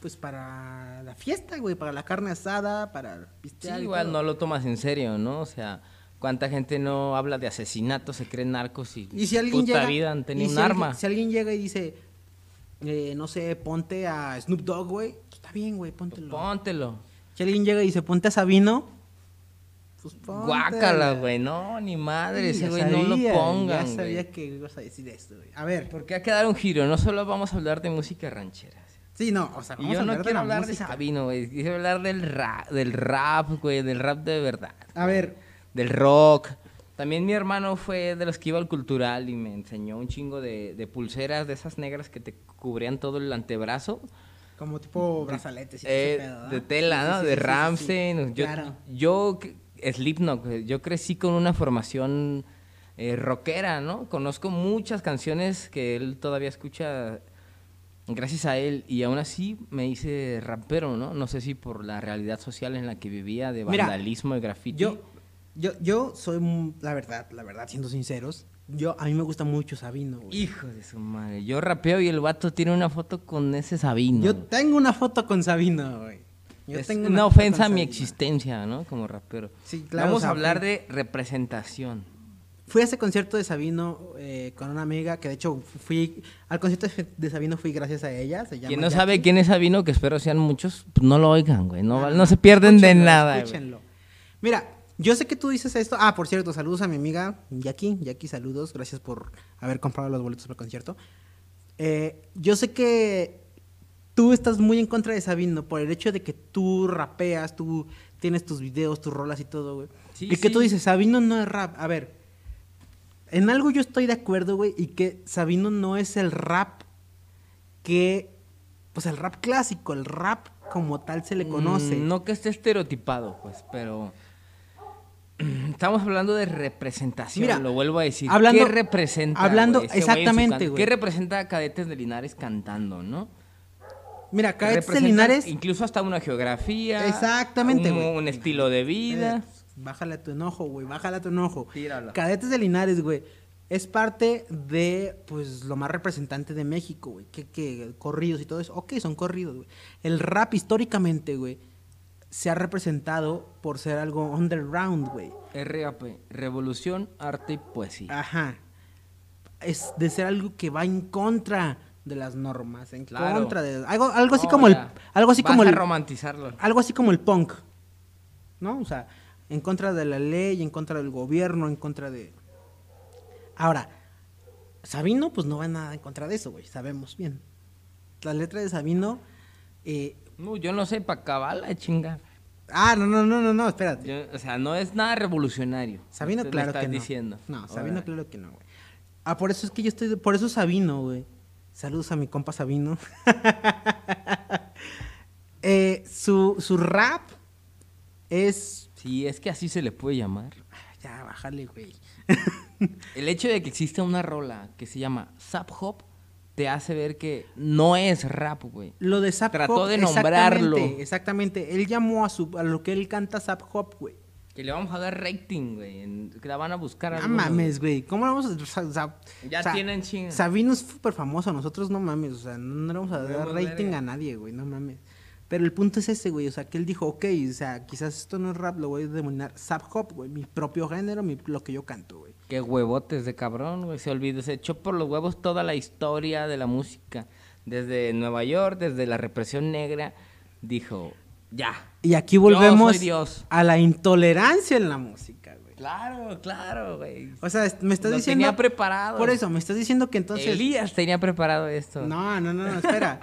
S2: pues para la fiesta, güey, para la carne asada, para
S3: Sí,
S2: pistear. y
S3: igual
S2: todo.
S3: no lo tomas en serio, ¿no? O sea, ¿cuánta gente no habla de asesinatos, se creen narcos y,
S2: Y si alguien
S3: puta
S2: llega.
S3: vida han
S2: y
S3: tenido
S2: si
S3: un
S2: alguien-
S3: arma?
S2: si alguien llega y dice, eh, no sé, ponte a Snoop Dogg, güey, pues, está bien, güey, póntelo.
S3: Póntelo.
S2: Si alguien llega y dice, ponte a Sabino, pues, pues ponte.
S3: Guácala, güey. No, ni madre.
S2: Sí,
S3: Ese
S2: ya
S3: güey no lo
S2: sabía,
S3: pongan.
S2: Ya sabía
S3: güey.
S2: que ibas a decir esto, güey. A ver,
S3: Porque ha quedado un giro. No solo vamos a hablar de música ranchera.
S2: sí, no, o sea,
S3: Y
S2: vamos
S3: yo
S2: a
S3: no
S2: hablar de
S3: quiero
S2: la
S3: hablar de
S2: música.
S3: Sabino, güey. Quiero hablar del rap, del rap, güey. Del rap de verdad.
S2: A ver,
S3: Del rock. También mi hermano fue de los que iba al cultural y me enseñó un chingo de, de pulseras de esas negras que te cubrían todo el antebrazo.
S2: como tipo brazaletes y
S3: Eh,
S2: ese pedo, ¿no?
S3: de tela,
S2: Sí,
S3: ¿no?
S2: sí, sí,
S3: de
S2: sí, sí, sí.
S3: Ramstein. Yo,
S2: Claro.
S3: yo que- Slipknot, güey, yo crecí con una formación eh, rockera, ¿no? Conozco muchas canciones que él todavía escucha gracias a él y aún así me hice rapero, ¿no? No sé si por la realidad social en la que vivía de
S2: Mira,
S3: vandalismo y graffiti.
S2: Yo, yo, yo soy, un- la verdad, la verdad, siendo sinceros, yo, a mí me gusta mucho Sabino, güey.
S3: Hijo de su madre, yo rapeo y el vato tiene una foto con ese Sabino.
S2: Yo tengo una foto con Sabino, güey. Yo
S3: es
S2: tengo
S3: una,
S2: foto
S3: ofensa a
S2: con
S3: mi
S2: Sabino.
S3: existencia, ¿no? Como rapero.
S2: Sí, claro,
S3: Vamos
S2: o sea,
S3: a hablar
S2: fue-
S3: de representación.
S2: Fui a ese concierto de Sabino eh, con una amiga que, de hecho, fui al concierto de Sabino fui gracias a ella. Se llama
S3: Quien no
S2: Jackie.
S3: sabe quién es Sabino, que espero sean muchos, pues no lo oigan, güey. No,
S2: Ah,
S3: val- no se pierden de
S2: escúchenlo,
S3: nada. güey.
S2: Escúchenlo. Mira, yo sé que tú dices esto. Ah, por cierto, saludos a mi amiga Jackie. Jackie, saludos. Gracias por haber comprado los boletos para el concierto. Eh, yo sé que tú estás muy en contra de Sabino por el hecho de que tú rapeas, tú tienes tus videos, tus rolas y todo, güey.
S3: Sí,
S2: y que tú
S3: sí.
S2: dices, Sabino no es rap. A ver, en algo yo estoy de acuerdo, güey, y que Sabino no es el rap que. Pues el rap clásico, el rap como tal se le conoce.
S3: Mm, No que esté estereotipado, pues, pero. [clears throat] Estamos hablando de representación,
S2: Mira,
S3: lo vuelvo a decir.
S2: hablando-
S3: ¿Qué representa?
S2: hablando-
S3: güey, ese güey en su
S2: exactamente,
S3: can-
S2: güey.
S3: ¿Qué representa a Cadetes de Linares cantando, no?
S2: Mira, Cadetes de
S3: Representa
S2: Linares.
S3: Incluso hasta una geografía.
S2: Exactamente,
S3: Un,
S2: güey.
S3: un estilo de vida.
S2: Eh, bájale a tu enojo, güey. Bájale a tu enojo.
S3: Tírala.
S2: Cadetes de Linares, güey. Es parte de, pues, lo más representante de México, güey. Que, que corridos y todo eso. Ok, son corridos, güey. El rap históricamente, güey, se ha representado por ser algo underground, güey.
S3: RAP, Revolución, Arte y Poesía.
S2: Ajá. Es de ser algo que va en contra de las normas, en
S3: Claro.
S2: contra de algo, algo así
S3: No,
S2: como el
S3: ya.
S2: algo así
S3: Vas
S2: como
S3: a
S2: el
S3: romantizarlo.
S2: algo así como el punk, ¿no? O sea, en contra de la ley, en contra del gobierno, en contra de... Ahora, Sabino pues no va nada en contra de eso, güey, sabemos bien. La letra de Sabino... eh,
S3: No, yo no sé, pa' cabala, chinga.
S2: Ah, no, no, no, no, no, espérate.
S3: Yo- o sea, no es nada revolucionario.
S2: Sabino
S3: Tú me
S2: claro
S3: estás
S2: que no.
S3: diciendo.
S2: No, Sabino
S3: Ahora,
S2: claro que no, güey. Ah, por eso es que yo estoy... Por eso Sabino, güey. Saludos a mi compa Sabino. [laughs] Eh, su, su rap es...
S3: Sí, es que así se le puede llamar.
S2: Ah, Ya, bájale, güey. [laughs]
S3: El hecho de que exista una rola que se llama Zap Hop te hace ver que no es rap, güey.
S2: Lo de Zap
S3: Trató
S2: Hop,
S3: de
S2: exactamente,
S3: nombrarlo.
S2: Exactamente. Él llamó a, su, a lo que él canta Zap Hop, güey.
S3: Que le vamos a dar rating, güey. en- Que la van a buscar
S2: No
S3: algunos,
S2: mames, güey. ¿Cómo le vamos a.? sa- sa-
S3: Ya tienen chinga.
S2: Sabino es súper famoso. Nosotros no mames. O sea, no, no le vamos a
S3: No
S2: dar
S3: vemos
S2: rating
S3: verga.
S2: a nadie, güey. No mames. Pero el punto es ese, güey. O sea, que él dijo, ok, o sea, quizás esto no es rap, lo voy a denominar Zap Hop, güey. Mi propio género, mi- lo que yo canto, güey.
S3: Qué huevotes de cabrón, güey. Se olvidó, se echó por los huevos toda la historia de la música. Desde Nueva York, desde la represión negra, dijo, ya.
S2: Y aquí volvemos
S3: soy Dios.
S2: a la intolerancia en la música, güey.
S3: Claro, claro, güey.
S2: O sea, est- me estás
S3: Lo
S2: diciendo.
S3: tenía preparado.
S2: Por eso, me estás diciendo que entonces.
S3: Elías tenía preparado esto.
S2: No, no, no, no,
S3: [laughs]
S2: espera.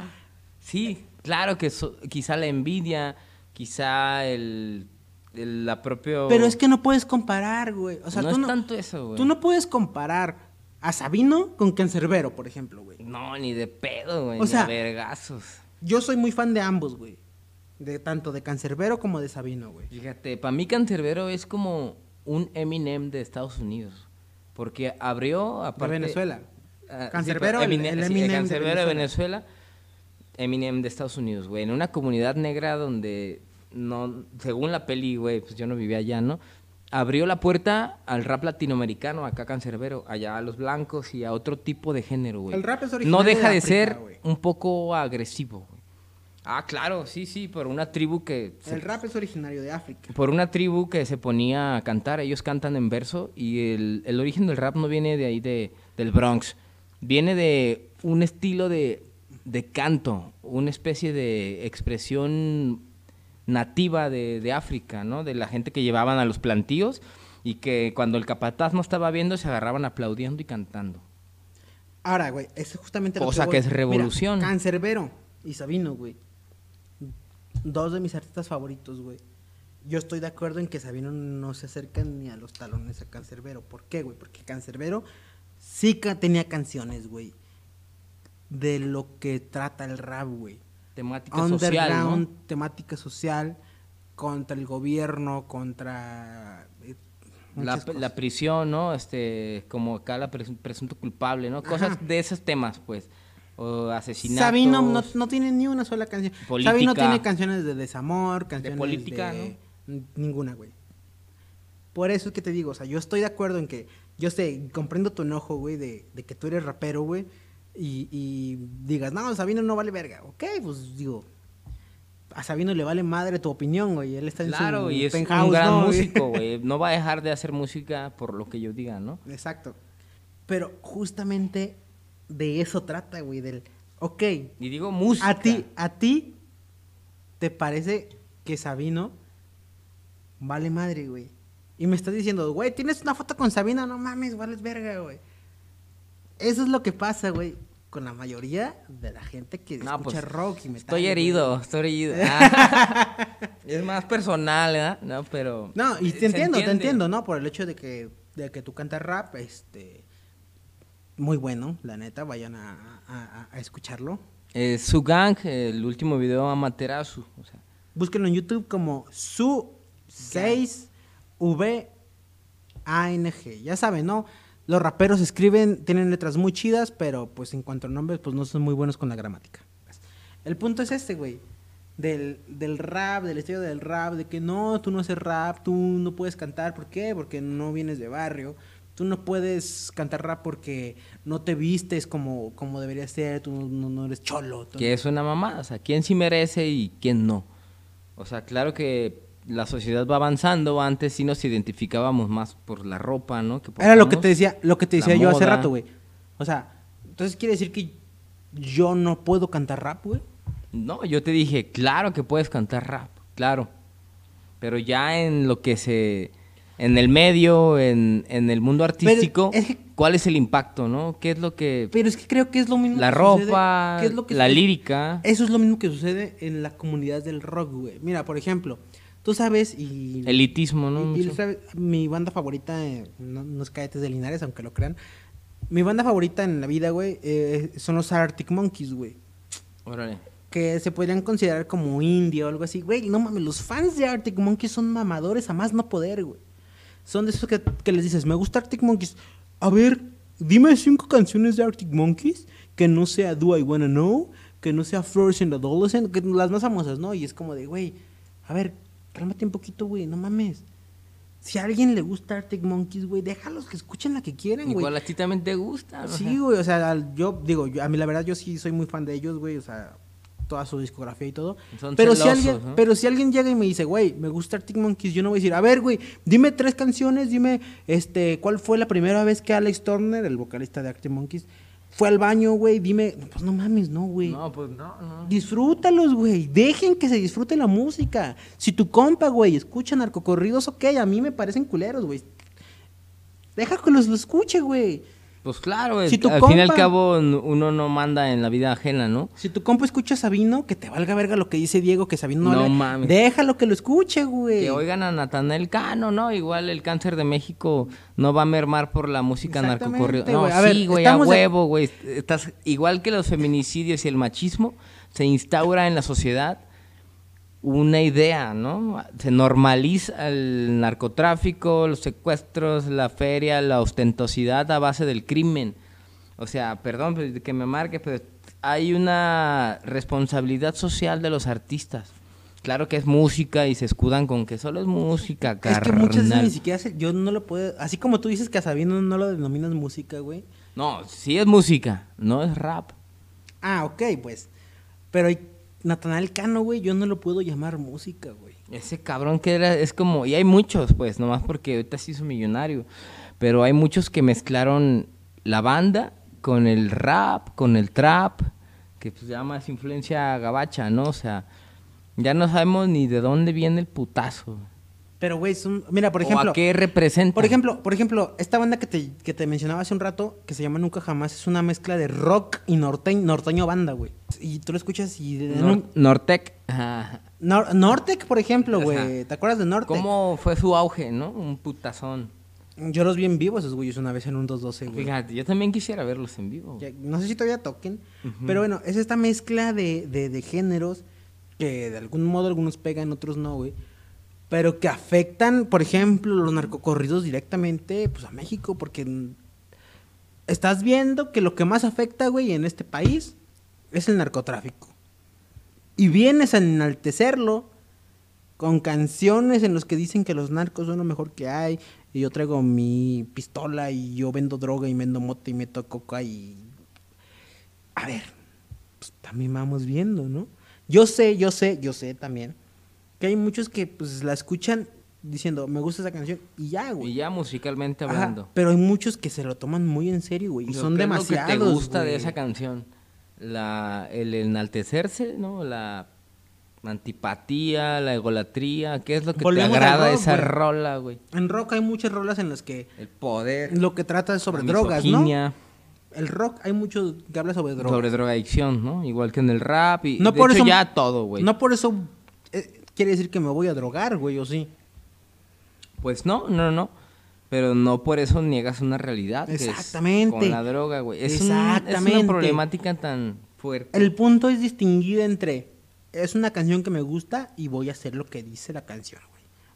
S3: Sí, claro que so- quizá la envidia, quizá el, el- la propio...
S2: Pero es que no puedes comparar, güey. O sea,
S3: no
S2: tú,
S3: es
S2: no,
S3: tanto eso, güey.
S2: tú no puedes comparar a Sabino con Cancerbero, por ejemplo, güey.
S3: No, ni de pedo, güey.
S2: O
S3: ni
S2: sea-
S3: a vergazos.
S2: Yo soy muy fan de ambos, güey. De tanto de Cancerbero como de Sabino, güey.
S3: Fíjate, para mí Cancerbero es como un Eminem de Estados Unidos. Porque abrió,
S2: De
S3: aparte...
S2: Venezuela.
S3: Ah, sí,
S2: Cancerbero,
S3: pero
S2: el-
S3: Eminem-
S2: el
S3: sí,
S2: Eminem de
S3: Cancerbero de Venezuela, Eminem de Estados Unidos, güey. En una comunidad negra donde, no, según la peli, güey, pues yo no vivía allá, ¿no? Abrió la puerta al rap latinoamericano, acá Cancerbero, allá a los blancos y a otro tipo de género, güey.
S2: El rap es
S3: No
S2: originario
S3: deja
S2: de
S3: de,
S2: África,
S3: ser
S2: güey.
S3: un poco agresivo, güey. Ah, claro, sí, sí, por una tribu que... se-
S2: El rap es originario de África.
S3: por una tribu que se ponía a cantar, ellos cantan en verso y el, el origen del rap no viene de ahí de, del Bronx, viene de un estilo de, de canto, una especie de expresión nativa de, de África, ¿no? De la gente que llevaban a los plantíos y que cuando el capataz no estaba viendo se agarraban aplaudiendo y cantando.
S2: Ahora, güey, eso es justamente lo
S3: Cosa
S2: voy.
S3: que es revolución.
S2: Mira, Cancerbero y Sabino, güey. Dos de mis artistas favoritos, güey. Yo estoy de acuerdo en que Sabino no se acerca ni a los talones a Cancerbero. ¿Por qué, güey? Porque Cancerbero sí ca- tenía canciones, güey. De lo que trata el rap, güey.
S3: Temática social, ¿no?
S2: Underground, temática social, contra el gobierno, contra... eh,
S3: La,
S2: muchas cosas.
S3: la prisión, ¿no? Este, como acá la presun- presunto culpable, ¿no? Cosas
S2: Ajá.
S3: de esos temas, pues. O asesinatos.
S2: Sabino no, no tiene ni una sola canción.
S3: Política.
S2: Sabino tiene canciones de desamor, canciones de
S3: política,
S2: n- Ninguna, güey. Por eso es que te digo, o sea, yo estoy de acuerdo en que, yo sé, comprendo tu enojo, güey, de, de que tú eres rapero, güey, y, y digas, no, Sabino no vale verga. Ok, pues digo, a Sabino le vale madre tu opinión, güey, él está en su
S3: Claro, y es un
S2: penthouse,
S3: gran
S2: ¿no, güey? [laughs]
S3: músico, güey. No va a dejar de hacer música por lo que yo diga, ¿no?
S2: Exacto. Pero justamente de eso trata, güey, del, ok,
S3: Y digo música.
S2: A ti, a ti, ¿te parece que Sabino vale madre, güey? Y me estás diciendo, güey, tienes una foto con Sabino, no mames, vales verga, güey. Eso es lo que pasa, güey, con la mayoría de la gente que
S3: No,
S2: escucha
S3: pues,
S2: rock y metal.
S3: Estoy
S2: güey.
S3: herido,
S2: [laughs]
S3: estoy herido. Ah. es más personal, ¿verdad? No, pero.
S2: No, y te
S3: Eh, se
S2: entiendo, te
S3: entiende.
S2: entiendo, ¿no? Por el hecho de que, de que tú cantas rap, este. Muy bueno, la neta, vayan a, a- a- a escucharlo.
S3: Eh, su gang, el último video Amaterasu. O sea,
S2: Búsquenlo en YouTube como su 6 v ANG. Ya saben, ¿no? Los raperos escriben, tienen letras muy chidas, pero pues en cuanto a nombres, pues no son muy buenos con la gramática. El punto es este, güey. Del, del rap, del estilo del rap, de que no, tú no haces rap, tú no puedes cantar, ¿por qué? Porque no vienes de barrio, tú no puedes cantar rap porque no te vistes como, como debería ser, tú no, no eres cholo. tú no-
S3: que es una mamada. O sea, quién sí merece y quién no. O sea, claro que la sociedad va avanzando. Antes sí nos identificábamos más por la ropa, ¿no? Que
S2: Era lo que
S3: portamos.
S2: te decía, lo que te
S3: la
S2: decía yo hace
S3: moda.
S2: rato, güey. O sea, entonces quiere decir que yo no puedo cantar rap, güey.
S3: No, yo te dije, claro que puedes cantar rap, claro. Pero ya en lo que se. En el medio, en, en el mundo artístico,
S2: es que-
S3: ¿cuál es el impacto, no? ¿Qué es lo que.
S2: Pero es que creo que es lo mismo
S3: La
S2: que
S3: ropa,
S2: que es lo que
S3: la
S2: sucede-
S3: lírica.
S2: Eso es lo mismo que sucede en la comunidad del rock, güey. Mira, por ejemplo, tú sabes y
S3: Elitismo, ¿no?
S2: Y- y
S3: Mucho.
S2: ¿sabes? mi banda favorita, eh, no, no es Cadetes de Linares, aunque lo crean. Mi banda favorita en la vida, güey, eh, son los Arctic Monkeys, güey.
S3: Órale.
S2: que se podrían considerar como indie o algo así. Güey, no mames, los fans de Arctic Monkeys son mamadores a más no poder, güey. Son de esos que, que les dices, me gusta Arctic Monkeys. A ver, dime cinco canciones de Arctic Monkeys que no sea Do I Wanna Know, que no sea Florence and Adolescent, que las más famosas, ¿no? Y es como de, güey, a ver, cálmate un poquito, güey, no mames. Si a alguien le gusta Arctic Monkeys, güey, déjalos que escuchen la que quieran, güey.
S3: Igual a ti también te gusta. o
S2: Sí,
S3: sea.
S2: güey, o sea, al- yo digo, yo- a mí la verdad yo sí soy muy fan de ellos, güey, o sea, toda su discografía y todo.
S3: Son
S2: pero
S3: celosos,
S2: si alguien,
S3: ¿no?
S2: pero si alguien llega y me dice, güey, me gusta Arctic Monkeys, yo no voy a decir, a ver, güey, dime tres canciones, dime, este, ¿cuál fue la primera vez que Alex Turner, el vocalista de Arctic Monkeys, fue al baño, güey? Dime, no, pues no mames, no, güey.
S3: [laughs] No, pues no, no.
S2: Disfrútalos, güey. Dejen que se disfrute la música. Si tu compa, güey, escucha narcocorridos, ok, a mí me parecen culeros, güey. Deja que los, los escuche, güey.
S3: Pues claro,
S2: Si
S3: es-
S2: tu
S3: al fin y al
S2: compa-
S3: cabo n- uno no manda en la vida ajena, ¿no?
S2: Si tu compa escucha a Sabino, que te valga verga lo que dice Diego, que Sabino no,
S3: No
S2: vale-
S3: mames.
S2: Déjalo que lo escuche, güey.
S3: Que oigan a Natanael Cano, ¿no? Igual el cáncer de México no va a mermar por la música
S2: Exactamente,
S3: narcocorrida. No,
S2: güey. A
S3: sí,
S2: ver,
S3: güey, a
S2: estamos de-
S3: huevo, güey. Estás igual que los feminicidios y el machismo se instaura en la sociedad una idea, ¿no? Se normaliza el narcotráfico, los secuestros, la feria, la ostentosidad a base del crimen. O sea, perdón pues, que me marque, pero hay una responsabilidad social de los artistas. Claro que es música y se escudan con que solo es música,
S2: es
S3: carnal.
S2: que muchas veces ni siquiera se- yo no lo puedo. Así como tú dices que a Sabino no lo denominas música, güey.
S3: No, sí es música, no es rap.
S2: Ah, ok, pues. Pero hay- Natanael Cano, güey, yo no lo puedo llamar música, güey.
S3: Ese cabrón que era, es como, y hay muchos, pues, nomás porque ahorita se hizo millonario, pero hay muchos que mezclaron la banda con el rap, con el trap, que pues se llama esa influencia gabacha, ¿no? O sea, Ya no sabemos ni de dónde viene el putazo.
S2: Pero, güey, son... Mira, por
S3: O
S2: ejemplo...
S3: ¿A qué representa?
S2: Por ejemplo, por ejemplo, esta banda que te, que te mencionaba hace un rato, que se llama Nunca Jamás, es una mezcla de rock y norteño, norteño banda, güey. Y tú lo escuchas y... de- en
S3: Nor-
S2: un-
S3: Nortec. Ajá.
S2: Nor- Nortec, por ejemplo,
S3: Ajá.
S2: güey. ¿Te acuerdas de Nortec?
S3: ¿Cómo fue su auge, no? Un putazón.
S2: Yo los vi en vivo esos güeyes una vez en un 212, güey.
S3: Fíjate, yo también quisiera verlos en vivo.
S2: Ya- No sé si todavía toquen, pero bueno, es esta mezcla de, de- de géneros que de algún modo algunos pegan, otros no, güey. Pero que afectan, por ejemplo, los narcocorridos directamente pues, a México, porque mm, estás viendo que lo que más afecta, güey, en este país es el narcotráfico. Y vienes a enaltecerlo con canciones en los que dicen que los narcos son lo mejor que hay y yo traigo mi pistola y yo vendo droga y vendo mota y meto coca y a ver pues también vamos viendo no yo sé yo sé yo sé también que hay muchos que pues la escuchan diciendo me gusta esa canción y ya
S3: Y
S2: güey
S3: ya musicalmente
S2: Ajá,
S3: hablando.
S2: pero hay muchos que se lo toman muy en serio güey y
S3: Lo
S2: son
S3: que es lo
S2: demasiados
S3: que te gusta de
S2: güey.
S3: esa canción? La, el enaltecerse, ¿no? La antipatía, la egolatría. ¿Qué es lo que
S2: Volvemos
S3: te
S2: al
S3: agrada de
S2: rock,
S3: esa
S2: güey.
S3: rola, güey?
S2: en rock hay muchas rolas en las que
S3: El poder.
S2: lo que trata es sobre
S3: la
S2: drogas no
S3: misoginia,
S2: el rock hay mucho que habla sobre drogas
S3: Sobre drogadicción, ¿no? Igual que en el rap. Y,
S2: No
S3: de
S2: por
S3: hecho,
S2: eso-
S3: ya todo, güey.
S2: No por eso eh, quiere decir que me voy a drogar, güey, o sí.
S3: Pues no, no, no. Pero no por eso niegas una realidad. que es
S2: Exactamente.
S3: con la droga, güey. Es, un- es
S2: Exactamente.
S3: una problemática tan fuerte.
S2: El punto es distinguir entre es una canción que me gusta y voy a hacer lo que dice la canción, güey.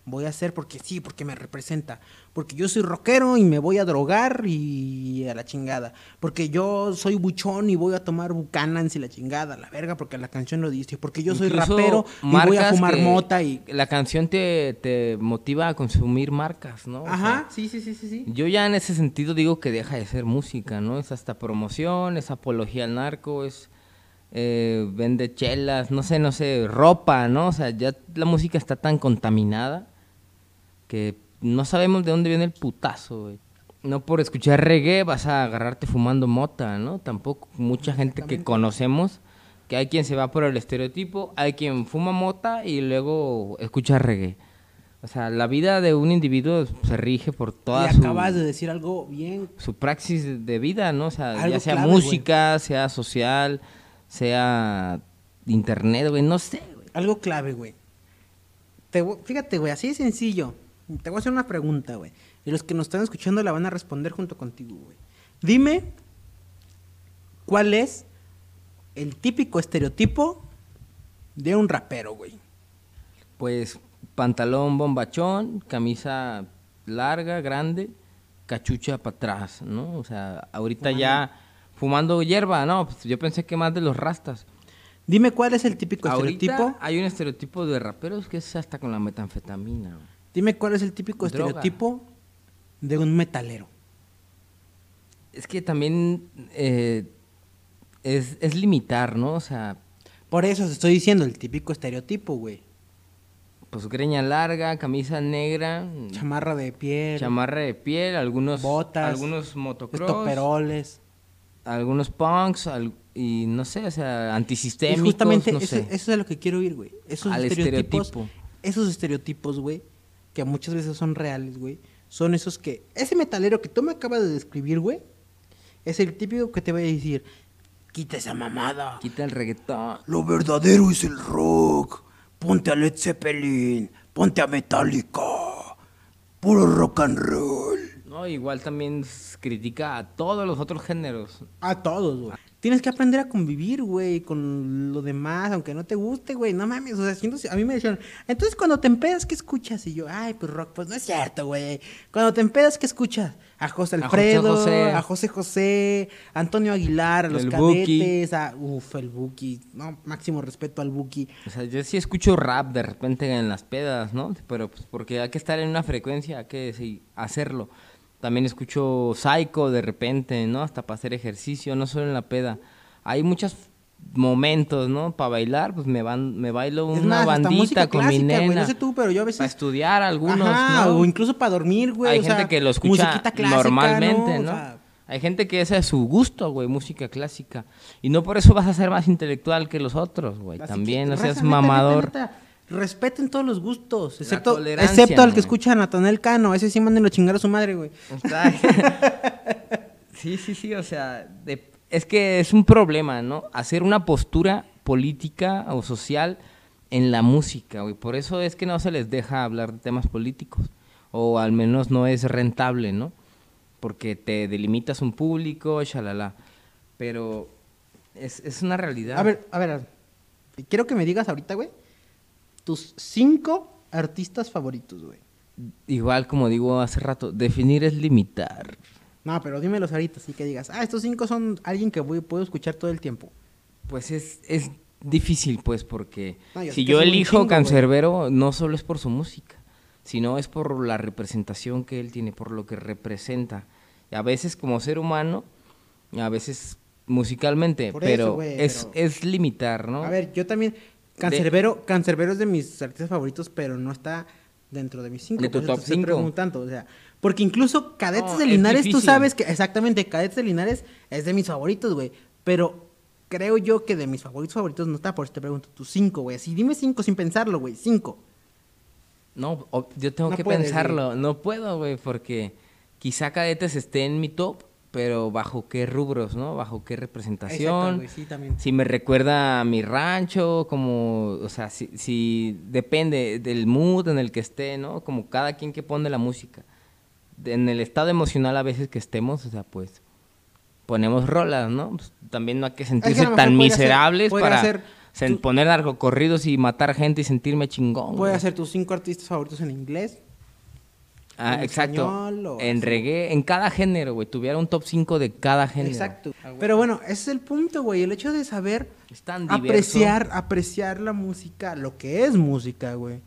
S2: Voy a hacer porque sí, porque me representa. Porque yo soy rockero y me voy a drogar y a la chingada. Porque yo soy buchón y voy a tomar bucanas y la chingada, la verga, porque la canción lo dice. Porque yo soy
S3: Incluso
S2: rapero y voy a
S3: marcas
S2: fumar
S3: que-
S2: mota y...
S3: La canción te, te motiva a consumir marcas, ¿no? O
S2: Ajá,
S3: sea,
S2: sí, sí, sí, sí, sí.
S3: yo ya en ese sentido digo que deja de ser música, ¿no? Es hasta promoción, es apología al narco, es... eh, vende chelas, no sé, no sé, ropa, ¿no? O sea, ya la música está tan contaminada que no sabemos de dónde viene el putazo, güey. No por escuchar reggae vas a agarrarte fumando mota, ¿no? Tampoco mucha gente que conocemos, que hay quien se va por el estereotipo, hay quien fuma mota y luego escucha reggae. O sea, la vida de un individuo se rige por toda
S2: y
S3: su,
S2: acabas de decir algo bien
S3: su praxis de- de vida, ¿no? O sea,
S2: Algo
S3: ya sea
S2: clave,
S3: música, sea social, sea internet, güey, no sé, güey.
S2: Algo clave, güey. Te vo- fíjate, güey, así de sencillo. Te voy a hacer una pregunta, güey. Y los que nos están escuchando la van a responder junto contigo, güey. Dime, ¿cuál es el típico estereotipo de un rapero, güey?
S3: Pues pantalón bombachón, camisa larga, grande, cachucha para atrás, ¿no? O sea, ahorita ya fumando hierba, ¿no? Pues yo pensé que más de los rastas.
S2: Dime cuál es el típico
S3: Ahorita
S2: estereotipo.
S3: hay un estereotipo de raperos que es hasta con la metanfetamina. güey.
S2: Dime cuál es el típico
S3: Droga.
S2: estereotipo de un metalero.
S3: Es que también eh, es, es limitar, ¿no? O sea,
S2: Por eso te estoy diciendo el típico estereotipo, güey.
S3: pues greña larga, camisa negra,
S2: Chamarra de piel,
S3: Mm. chamarra de piel, algunos
S2: botas,
S3: algunos motocross,
S2: estoperoles.
S3: algunos punks al- y no sé, o sea,
S2: Y
S3: antisistémicos,
S2: justamente
S3: no
S2: eso,
S3: sé.
S2: eso es a lo que quiero ir, güey. Esos
S3: Al
S2: estereotipos.
S3: estereotipo.
S2: Esos estereotipos, güey, que muchas veces son reales, güey. Son esos que. Ese metalero que tú me acabas de describir, güey, es el típico que te va a decir: quita esa mamada.
S3: Quita el reggaetón.
S2: Lo verdadero es el rock. Ponte a Led Zeppelin. Ponte a Metallica. Puro rock and roll.
S3: No, igual también s- critica a todos los otros géneros.
S2: A todos, güey. Tienes que aprender a convivir, güey, con lo demás, aunque no te guste, güey. No mames, o sea, siento- a mí me dijeron, entonces cuando te empedas, ¿qué escuchas? Y yo, ay, pues rock, pues no es cierto, güey. Cuando te empedas, ¿qué escuchas? A José
S3: A José
S2: Alfredo, a José
S3: José.
S2: José, a Antonio Aguilar, a los
S3: El Buki.
S2: cadetes, a, uf, el Buki. No, máximo respeto al Buki.
S3: O sea, yo sí escucho rap de repente en las pedas, ¿no? Pero pues porque hay que estar en una frecuencia, hay que sí, hacerlo. También escucho psycho de repente, ¿no? Hasta para hacer ejercicio, no solo en la peda. Hay muchos momentos, ¿no? Para bailar, pues me van, me bailo una
S2: Es más, hasta
S3: bandita
S2: música
S3: con mi
S2: clásica,
S3: nena.
S2: güey. No sé tú, pero yo a veces-
S3: Para estudiar algunos,
S2: Ajá,
S3: ¿no?
S2: o incluso para dormir, güey.
S3: Hay
S2: o
S3: gente
S2: sea,
S3: que lo escucha
S2: musiquita clásica,
S3: normalmente,
S2: O
S3: ¿no?
S2: sea,
S3: Hay gente que ese es su gusto, güey, música clásica. Y no por eso vas a ser más intelectual que los otros, güey.
S2: Así
S3: También,
S2: que,
S3: no seas
S2: raza, neta, neta,
S3: mamador.
S2: neta, respeten todos los gustos,
S3: La
S2: excepto,
S3: tolerancia,
S2: excepto al
S3: güey.
S2: que escucha a Natanel Cano. Ese sí mándenlo a chingar a su madre, güey.
S3: Está- [laughs] sí, sí, sí, o sea, de- es que es un problema, ¿no? Hacer una postura política o social en la música, güey. Por eso es que no se les deja hablar de temas políticos, o al menos no es rentable, ¿no? Porque te delimitas un público, shalala. Pero es, es una realidad.
S2: A ver, a ver. Quiero que me digas ahorita, güey, tus cinco artistas favoritos, güey.
S3: Igual como digo hace rato, definir es limitar.
S2: No, pero dímelos ahorita, así que digas, ah, estos cinco son alguien que voy, puedo escuchar todo el tiempo.
S3: Pues es, es difícil, pues, porque
S2: No, yo sé
S3: si
S2: que
S3: yo
S2: son un
S3: elijo
S2: chingo, güey.
S3: Cancerbero, no solo es por su música, sino es por la representación que él tiene, por lo que representa. Y a veces como ser humano, y a veces musicalmente,
S2: Por eso,
S3: pero,
S2: güey,
S3: es,
S2: pero-
S3: es limitar, ¿no?
S2: A ver, yo también, Cancerbero, Cancerbero es de mis artistas favoritos, pero no está dentro de mis cinco.
S3: De tu
S2: por eso te
S3: top
S2: estoy
S3: cinco.
S2: preguntando, o sea, porque incluso Cadetes
S3: No,
S2: de
S3: es
S2: Linares, tú
S3: difícil.
S2: sabes que, exactamente, Cadetes de Linares es de mis favoritos, güey, pero creo yo que de mis favoritos favoritos no está, por eso te pregunto, tus cinco, güey, así dime cinco sin pensarlo, güey, cinco.
S3: No, ob- yo tengo
S2: No
S3: que
S2: puedes, güey.
S3: pensarlo, no puedo, güey, porque quizá Cadetes esté en mi top, pero bajo qué rubros, ¿no? Bajo qué
S2: Exacto,
S3: representación.
S2: güey, sí, también.
S3: Si me recuerda a mi rancho, como, o sea, si, si depende del mood en el que esté, ¿no? Como cada quien que pone la música. De- En el estado emocional a veces que estemos, o sea, pues ponemos rolas, ¿no? Pues, también no hay que sentirse
S2: mejor
S3: tan
S2: podría ser-
S3: miserables
S2: podría
S3: para
S2: ser
S3: sen-
S2: tú-
S3: poner narcocorridos y matar gente y sentirme chingón. güey.
S2: Puedes hacer tus cinco artistas favoritos en inglés,
S3: Ah,
S2: en
S3: exacto.
S2: español o
S3: en
S2: así.
S3: reggae, en cada género, güey. Tuviera un top 5 de cada género.
S2: Exacto. Pero bueno, ese es el punto, güey. El hecho de saber
S3: Es tan diverso.
S2: apreciar, apreciar la música, lo que es música, güey.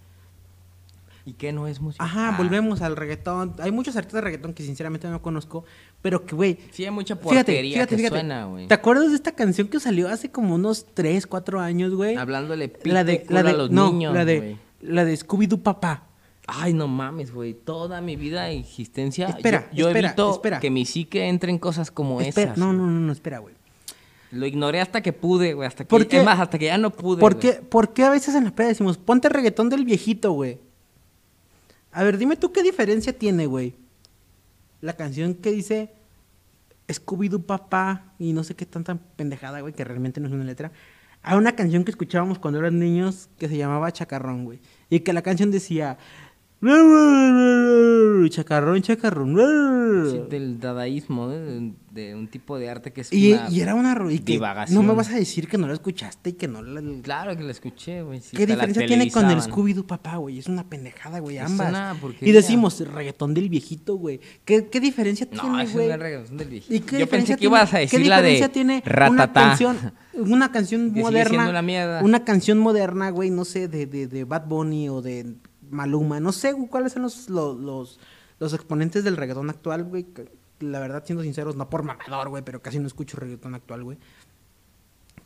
S3: ¿Y qué no es música?
S2: Ajá,
S3: Ah,
S2: volvemos al reggaetón. Hay muchos artistas de reggaetón que sinceramente no conozco, pero que, güey.
S3: Sí, hay mucha porquería
S2: Fíjate, fíjate,
S3: que
S2: fíjate.
S3: suena, güey.
S2: ¿Te acuerdas de esta canción que salió hace como unos 3, 4 años, güey?
S3: Hablándole pito
S2: La
S3: y
S2: de,
S3: culo
S2: la de,
S3: a los
S2: no,
S3: niños,
S2: la de,
S3: güey.
S2: la de Scooby-Doo Papá.
S3: Ay, no mames, güey. Toda mi vida y existencia.
S2: Espera,
S3: yo, yo
S2: espera,
S3: evito
S2: espera.
S3: que mi psique entre en cosas como
S2: Espera,
S3: esas.
S2: no,
S3: güey.
S2: no, no, no, espera, güey.
S3: Lo ignoré hasta que pude, güey. Hasta que,
S2: ¿Por qué?
S3: Es más, hasta que ya no pude.
S2: ¿Por
S3: güey.
S2: qué, por qué a veces en las playas decimos, ponte reggaetón del viejito, güey? A ver, dime tú qué diferencia tiene, güey. La canción que dice Scooby-Doo papá y no sé qué tan tan pendejada, güey, que realmente no es una letra. A una canción que escuchábamos cuando eran niños que se llamaba Chacarrón, güey. Y que la canción decía... Chacarrón, chacarrón.
S3: Sí, del dadaísmo, ¿no? de, de un tipo de arte que es.
S2: Y,
S3: una-
S2: y era una... ro- y que
S3: divagación.
S2: No me vas a decir que no la escuchaste y que no la...
S3: Claro que lo escuché, güey. sí,
S2: ¿Qué
S3: hasta la
S2: diferencia tiene con el
S3: televisaban.
S2: Scooby-Doo papá, güey? Es una pendejada, güey,
S3: Es
S2: ambas.
S3: una
S2: y
S3: porquería.
S2: decimos, reggaetón del viejito, güey. ¿Qué, qué diferencia
S3: No,
S2: tiene,
S3: esa es
S2: güey?
S3: una reggaetón del viejito.
S2: ¿Y qué
S3: Yo
S2: diferencia
S3: pensé que ibas a
S2: tiene-
S3: decir
S2: ¿Qué
S3: la de
S2: diferencia tiene una
S3: ratatá.
S2: canción, una canción
S3: Que sigue
S2: moderna?
S3: siendo una mierda.
S2: canción moderna, güey, no sé, de, de, de Bad Bunny o de Maluma. No sé güey, cuáles son los, los, los, los exponentes del reggaetón actual, güey. que La verdad, siendo sinceros, no por mamador, güey, pero casi no escucho reggaetón actual, güey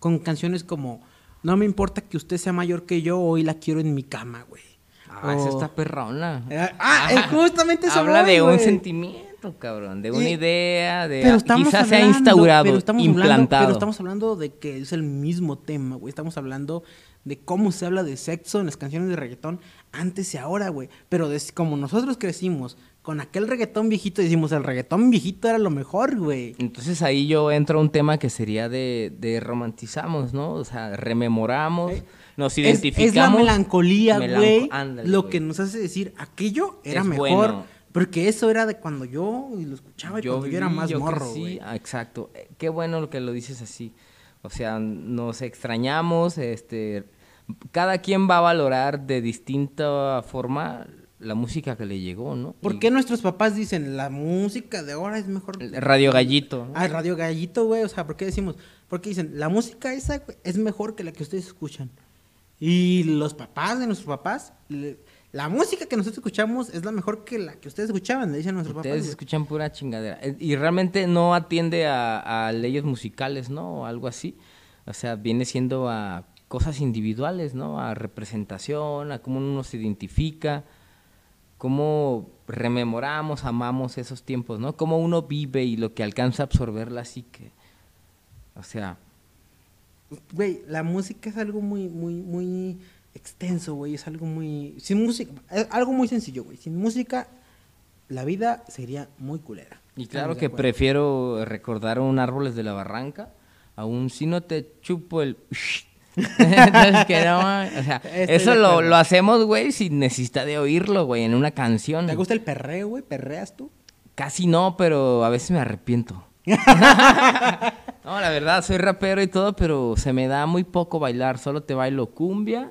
S2: con canciones como No me importa que usted sea mayor que yo, hoy la quiero en mi cama, güey.
S3: Ah,
S2: O-
S3: esa está perrona.
S2: Eh, ah, eh, justamente eso
S3: Habla
S2: voy,
S3: de un
S2: güey.
S3: sentimiento, cabrón, de una
S2: Y-
S3: idea, de
S2: Pero estamos
S3: quizás se ha
S2: hablando-
S3: instaurado,
S2: pero estamos hablando-
S3: implantado.
S2: pero estamos hablando de que es el mismo tema, güey. Estamos hablando de cómo se habla de sexo en las canciones de reggaetón antes y ahora, güey. Pero des- como nosotros crecimos con aquel reggaetón viejito, decimos, el reggaetón viejito era lo mejor, güey.
S3: Entonces ahí yo entro a un tema que sería de, de romantizamos, ¿no? O sea, rememoramos, nos
S2: Es-
S3: identificamos.
S2: Es, la melancolía,
S3: Melanco-
S2: güey.
S3: ándale,
S2: Lo
S3: güey.
S2: que nos hace decir, aquello era
S3: Es
S2: mejor.
S3: bueno.
S2: Porque eso era de cuando yo y lo escuchaba y cuando yo era
S3: viví,
S2: más
S3: yo
S2: morro,
S3: crecí,
S2: güey.
S3: ah, Exacto. Eh, Qué bueno lo que lo dices así. O sea, nos extrañamos, este cada quien va a valorar de distinta forma la música que le llegó, ¿no?
S2: ¿Por
S3: Y-
S2: qué nuestros papás dicen la música de ahora es mejor?
S3: Radio Gallito. ¿no?
S2: Ah, Radio Gallito, güey. O sea, ¿por qué decimos? Porque dicen, la música esa güey, es mejor que la que ustedes escuchan. Y los papás de nuestros papás, le- la música que nosotros escuchamos es la mejor que la que ustedes escuchaban, le dicen nuestros
S3: Ustedes
S2: papás. güey.
S3: escuchan pura chingadera. Eh, Y realmente no atiende a, a leyes musicales, ¿no? O algo así. O sea, viene siendo a cosas individuales, ¿no? A representación, a cómo uno se identifica, cómo rememoramos, amamos esos tiempos, ¿no? Cómo uno vive y lo que alcanza a absorber la psique. O sea,
S2: Güey, la música es algo muy, muy, muy extenso, güey. Es algo muy. Sin música. es algo muy sencillo, güey. Sin música, la vida sería muy culera.
S3: y
S2: Estamos
S3: claro
S2: de
S3: que
S2: acuerdo.
S3: prefiero recordar un árboles de la barranca a un si no te chupo el... [laughs] Entonces, que no, o sea,
S2: Estoy
S3: eso
S2: de
S3: lo,
S2: acuerdo.
S3: lo hacemos, güey, sin necesidad de oírlo, güey, en una canción.
S2: ¿Te gusta el perreo, güey? ¿Perreas tú?
S3: Casi no, pero a veces
S2: [laughs]
S3: me arrepiento. no, la verdad, soy rapero y todo, pero se me da muy poco bailar. Solo te bailo cumbia.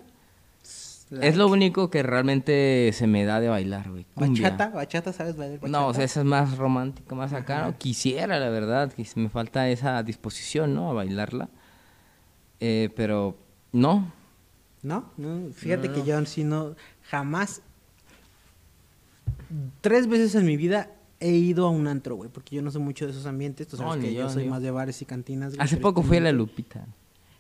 S3: Es lo único que realmente se me da de bailar, güey. cumbia.
S2: ¿Bachata? ¿Bachata? ¿Sabes bailar bachata?
S3: No, o sea, eso es más romántico, más acá. ¿no? Quisiera, la verdad, que se me falta esa disposición, ¿no? A bailarla. Eh, pero no.
S2: No, no, fíjate que yo sí no, jamás, tres veces en mi vida he ido a un antro, güey, porque yo no soy mucho de esos ambientes, tú sabes
S3: No, ni
S2: que yo,
S3: yo,
S2: soy
S3: ni yo.
S2: más de bares y cantinas. güey,
S3: Hace
S2: pero-
S3: poco fui a la Lupita.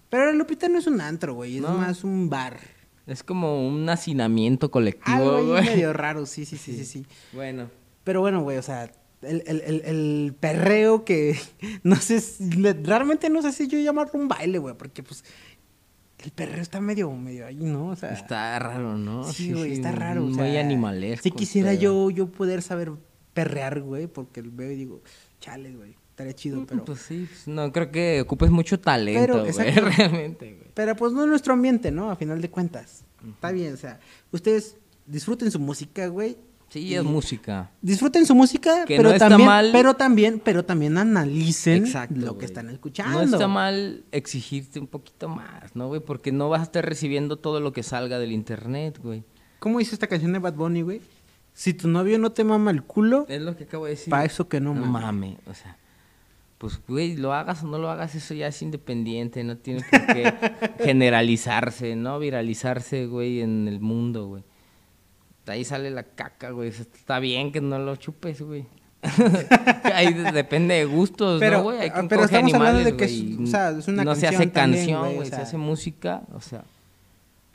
S2: Pero la Lupita no es un antro, güey, es
S3: No.
S2: más un bar.
S3: Es como un hacinamiento
S2: Algo
S3: colectivo,
S2: ahí
S3: güey.
S2: medio raro, sí, sí, sí, sí, sí.
S3: [laughs] Bueno.
S2: Pero bueno, güey, o sea, el, el, el, el perreo que, [laughs] no sé, si- le- realmente no sé si yo llamarlo un baile, güey, porque pues el perreo está medio, medio ahí, ¿no? O sea...
S3: Está raro, ¿no?
S2: Ah. Sí, güey, está raro. o
S3: Muy
S2: sea,
S3: animalesco.
S2: Sí quisiera
S3: pero-
S2: yo, yo poder saber perrear, güey, porque lo veo y digo, chale, güey, estaría chido, pero...
S3: Pues sí, pues, no, creo que ocupes mucho talento, güey, [laughs]
S2: exacto.
S3: realmente, güey.
S2: Pero pues no es nuestro ambiente, ¿no? A final de cuentas. Está bien, o sea, ustedes disfruten su música, güey.
S3: Sí,
S2: y
S3: es música.
S2: Disfruten su música,
S3: Que
S2: pero
S3: no está
S2: también,
S3: mal.
S2: pero también, pero también analicen
S3: Exacto,
S2: lo
S3: güey.
S2: que están escuchando.
S3: No está mal exigirte un poquito más, ¿no, güey? Porque no vas a estar recibiendo todo lo que salga del internet, güey.
S2: ¿Cómo dice esta canción de Bad Bunny, güey? Si tu novio no te mama el culo,
S3: Es lo que acabo de decir.
S2: pa' eso que no,
S3: no
S2: mames.
S3: mames, o sea. Pues, güey, lo hagas o no lo hagas, eso ya es independiente, no tiene por
S2: [laughs]
S3: qué generalizarse, ¿no? Viralizarse, güey, en el mundo, güey. De ahí sale la caca, güey. o sea, Está bien que no lo
S2: [laughs]
S3: chupes, güey. ahí de- depende de gustos,
S2: Pero- ah,
S3: ¿no, güey? Hay quien
S2: pero
S3: coge
S2: estamos hablando
S3: animales,
S2: de que es-
S3: güey,
S2: o sea, es una
S3: No se hace
S2: canción también,
S3: canción,
S2: güey, o
S3: güey,
S2: sea.
S3: se hace música, o sea.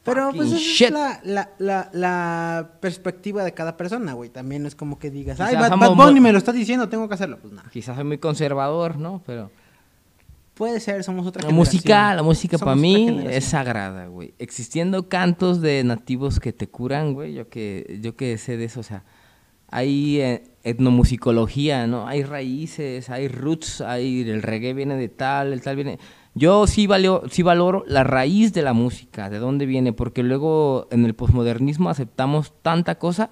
S2: Pero
S3: Fucking
S2: pues esa
S3: shit.
S2: es la, la, la, la perspectiva de cada persona, güey. También no es como que digas, ay,
S3: Quizás
S2: Bad, Bad
S3: somos
S2: Bunny
S3: mu-
S2: me lo está diciendo, tengo que hacerlo. Pues nada.
S3: Quizás soy muy conservador, ¿no? Pero.
S2: Puede ser, somos otra
S3: La
S2: generación.
S3: música, la música
S2: Somos
S3: para
S2: otra
S3: mí
S2: generación.
S3: es sagrada, güey. Existiendo cantos de nativos que te curan, güey, yo que, yo que sé de eso, o sea, hay eh, etnomusicología, ¿no? Hay raíces, hay roots, hay el reggae viene de tal, el tal viene... Yo sí, valio- sí valoro la raíz de la música, de dónde viene, porque luego en el posmodernismo aceptamos tanta cosa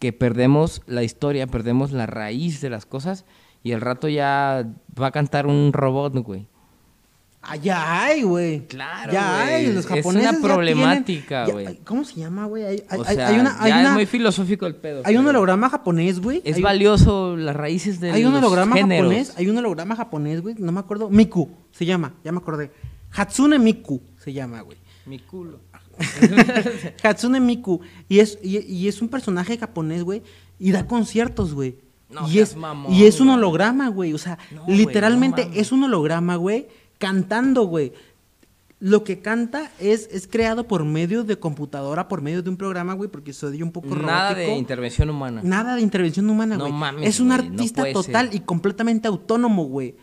S3: que perdemos la historia, perdemos la raíz de las cosas y al rato ya va a cantar un robot, güey.
S2: Ah, ya hay, güey.
S3: Claro,
S2: Ya
S3: güey.
S2: hay, los
S3: Es una
S2: japoneses ya
S3: problemática,
S2: tienen- ya-
S3: güey.
S2: ¿Cómo se llama, güey? Hay, hay,
S3: o
S2: hay-
S3: sea,
S2: hay una, hay,
S3: ya
S2: una-
S3: es muy filosófico el pedo.
S2: hay un
S3: pero
S2: holograma japonés, güey.
S3: Es
S2: hay,
S3: valioso las raíces de
S2: hay un
S3: los
S2: holograma
S3: géneros.
S2: japonés, hay un holograma japonés, güey. No me acuerdo. Miku se llama, ya me acordé. Hatsune Miku se llama, güey.
S3: Mi [laughs] culo.
S2: Hatsune Miku. Y es, y, y es un personaje japonés, güey. Y da conciertos, güey.
S3: No
S2: y,
S3: seas
S2: es,
S3: mamón,
S2: y es un
S3: güey.
S2: holograma, güey. O sea,
S3: No, güey,
S2: literalmente
S3: no mames.
S2: es un holograma, güey. Cantando, güey. Lo que canta es, es creado por medio de computadora, por medio de un programa, güey, porque soy un poco
S3: Nada de
S2: robótico.
S3: intervención humana.
S2: Nada de intervención humana,
S3: No
S2: güey.
S3: mames,
S2: es un
S3: güey, no
S2: artista
S3: puede
S2: total
S3: ser.
S2: y completamente autónomo, güey.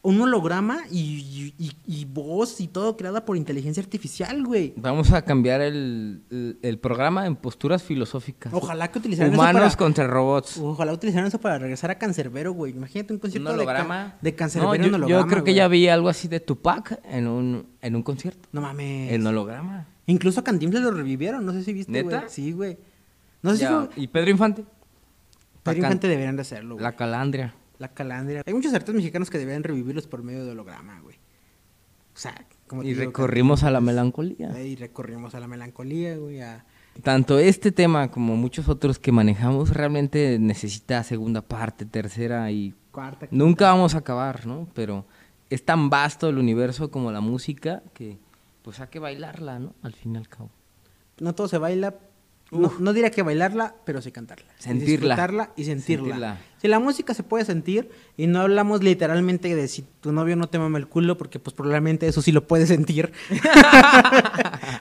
S2: Un holograma y, y- y- y voz y todo creada por inteligencia artificial, güey.
S3: Vamos a cambiar el, el- el programa en posturas filosóficas.
S2: Ojalá que utilizaran eso
S3: Humanos
S2: para-
S3: contra robots.
S2: Ojalá utilizaran eso para regresar a Cancerbero, güey. Imagínate un concierto
S3: un
S2: de,
S3: holograma.
S2: ca- de Cancerbero
S3: No,
S2: en
S3: yo, yo
S2: holograma,
S3: creo que
S2: güey.
S3: ya vi algo así de Tupac en un, en un concierto.
S2: No mames.
S3: En holograma.
S2: Incluso a Cantinflas lo revivieron, no sé si viste,
S3: ¿Neta?
S2: güey. Sí, güey. No sé
S3: Ya,
S2: si fue...
S3: Y Pedro Infante.
S2: Pedro
S3: la can-
S2: Infante deberían de hacerlo, güey.
S3: La calandria.
S2: La calandria. Hay muchos artistas mexicanos que deberían revivirlos por medio de holograma, güey. O sea, como te
S3: Y
S2: digo,
S3: recorrimos a la melancolía.
S2: Cantinflas, eh, Y recorrimos a la melancolía, güey. a-
S3: Tanto este tema como muchos otros que manejamos realmente necesita segunda parte, tercera y
S2: Cuarta. quinta.
S3: nunca vamos a acabar, ¿no? Pero es tan vasto el universo como la música que pues hay que bailarla, ¿no? Al fin y al cabo.
S2: No todo se baila, No, no diría que bailarla, pero sí cantarla.
S3: Sentirla.
S2: Disfrutarla y sentirla.
S3: Sentirla.
S2: Si la música se puede sentir, y no hablamos literalmente de si tu novio no te mama el culo, porque pues probablemente eso sí lo puedes
S3: [laughs]
S2: sentir. [laughs]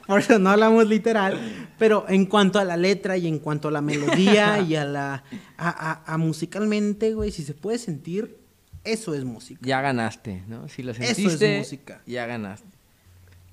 S2: Por eso no hablamos literal. Pero en cuanto a la letra y en cuanto a la melodía y a la. a, a- a musicalmente, güey, si se puede sentir, eso es música.
S3: Ya ganaste, ¿no? Si lo
S2: Eso es
S3: sentiste,
S2: música.
S3: ya ganaste.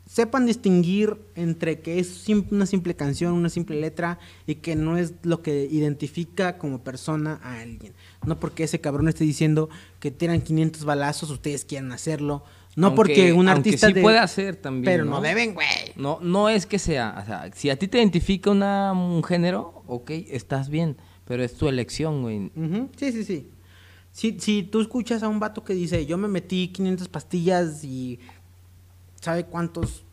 S2: sepan distinguir entre que es sim- una simple canción, una simple letra y que no es lo que identifica como persona a alguien. No porque ese cabrón esté diciendo que tiran 500 balazos, ustedes quieran hacerlo. No
S3: Aunque-
S2: porque un
S3: aunque
S2: artista
S3: sí
S2: de-
S3: puede hacer también,
S2: pero no,
S3: ¿no?
S2: deben, güey.
S3: No, no es que sea, o sea, si a ti te identifica una, un género, ok, estás bien, pero es tu elección, güey.
S2: Ujú, Sí, sí, sí. Si, si tú escuchas a un vato que dice, yo me metí 500 pastillas y sabe cuántos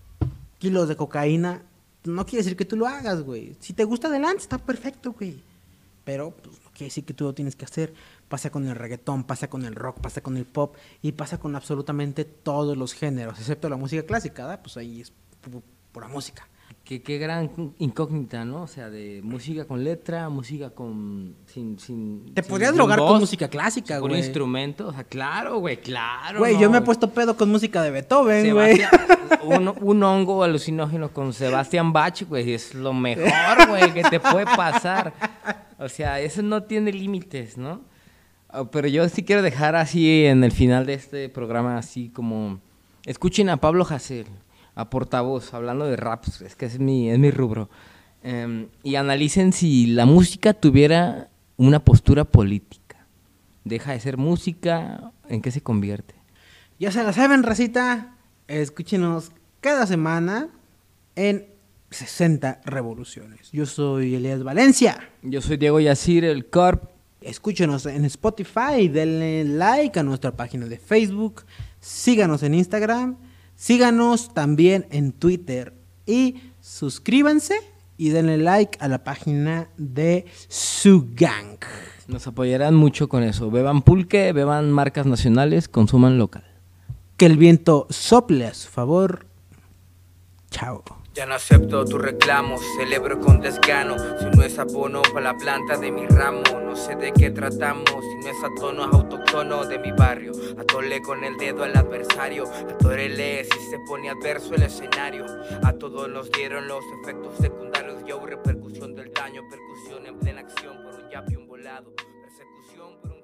S2: kilos de cocaína, no quiere decir que tú lo hagas, güey. Si te gusta adelante, está perfecto, güey. Pero pues, no quiere decir que tú lo tienes que hacer. Pasa con el reggaetón, pasa con el rock, pasa con el pop y pasa con absolutamente todos los géneros, excepto la música clásica, ¿verdad? Pues ahí es pu- pura música.
S3: Qué, qué gran incógnita, ¿no? O sea, de música con letra, música con... sin, sin
S2: Te
S3: sin-
S2: podrías
S3: sin
S2: drogar con
S3: voz,
S2: música clásica,
S3: Con
S2: güey.
S3: instrumento, o sea, claro, güey, claro.
S2: Güey,
S3: no,
S2: yo me he
S3: güey.
S2: puesto pedo con música de Beethoven, güey.
S3: Sebastián- un, un hongo alucinógeno con Sebastián Bach, güey, es lo mejor, güey, que te puede pasar. O sea, eso no tiene límites, ¿no? Ah, Pero yo sí quiero dejar así en el final de este programa, así como... Escuchen a Pablo Hasél, a Portavoz, hablando de raps, es que es mi, es mi rubro. Em, y analicen si la música tuviera una postura política. Deja de ser música, ¿en qué se convierte?
S2: Ya se la saben, racita. Escúchenos cada semana en 60 Revoluciones. Yo soy Elías Valencia.
S3: Yo soy Diego Yacir, el Corp.
S2: Escúchenos en Spotify, denle like a nuestra página de Facebook, síganos en Instagram, síganos también en Twitter y suscríbanse y denle like a la página de Sugang.
S3: Nos apoyarán mucho con eso. Beban pulque, beban marcas nacionales, consuman local.
S2: Que el viento sople a su favor. Chao.
S4: Ya no acepto tus reclamos, celebro con desgano. Si no es abono para la planta de mi ramo, no sé de qué tratamos. Si no es atono, es autóctono de mi barrio. Atole con el dedo al adversario, atórele si se pone adverso el escenario. A todos nos dieron los efectos secundarios. Yo, repercusión del daño, percusión en plena acción por un yapi un volado. Persecución por un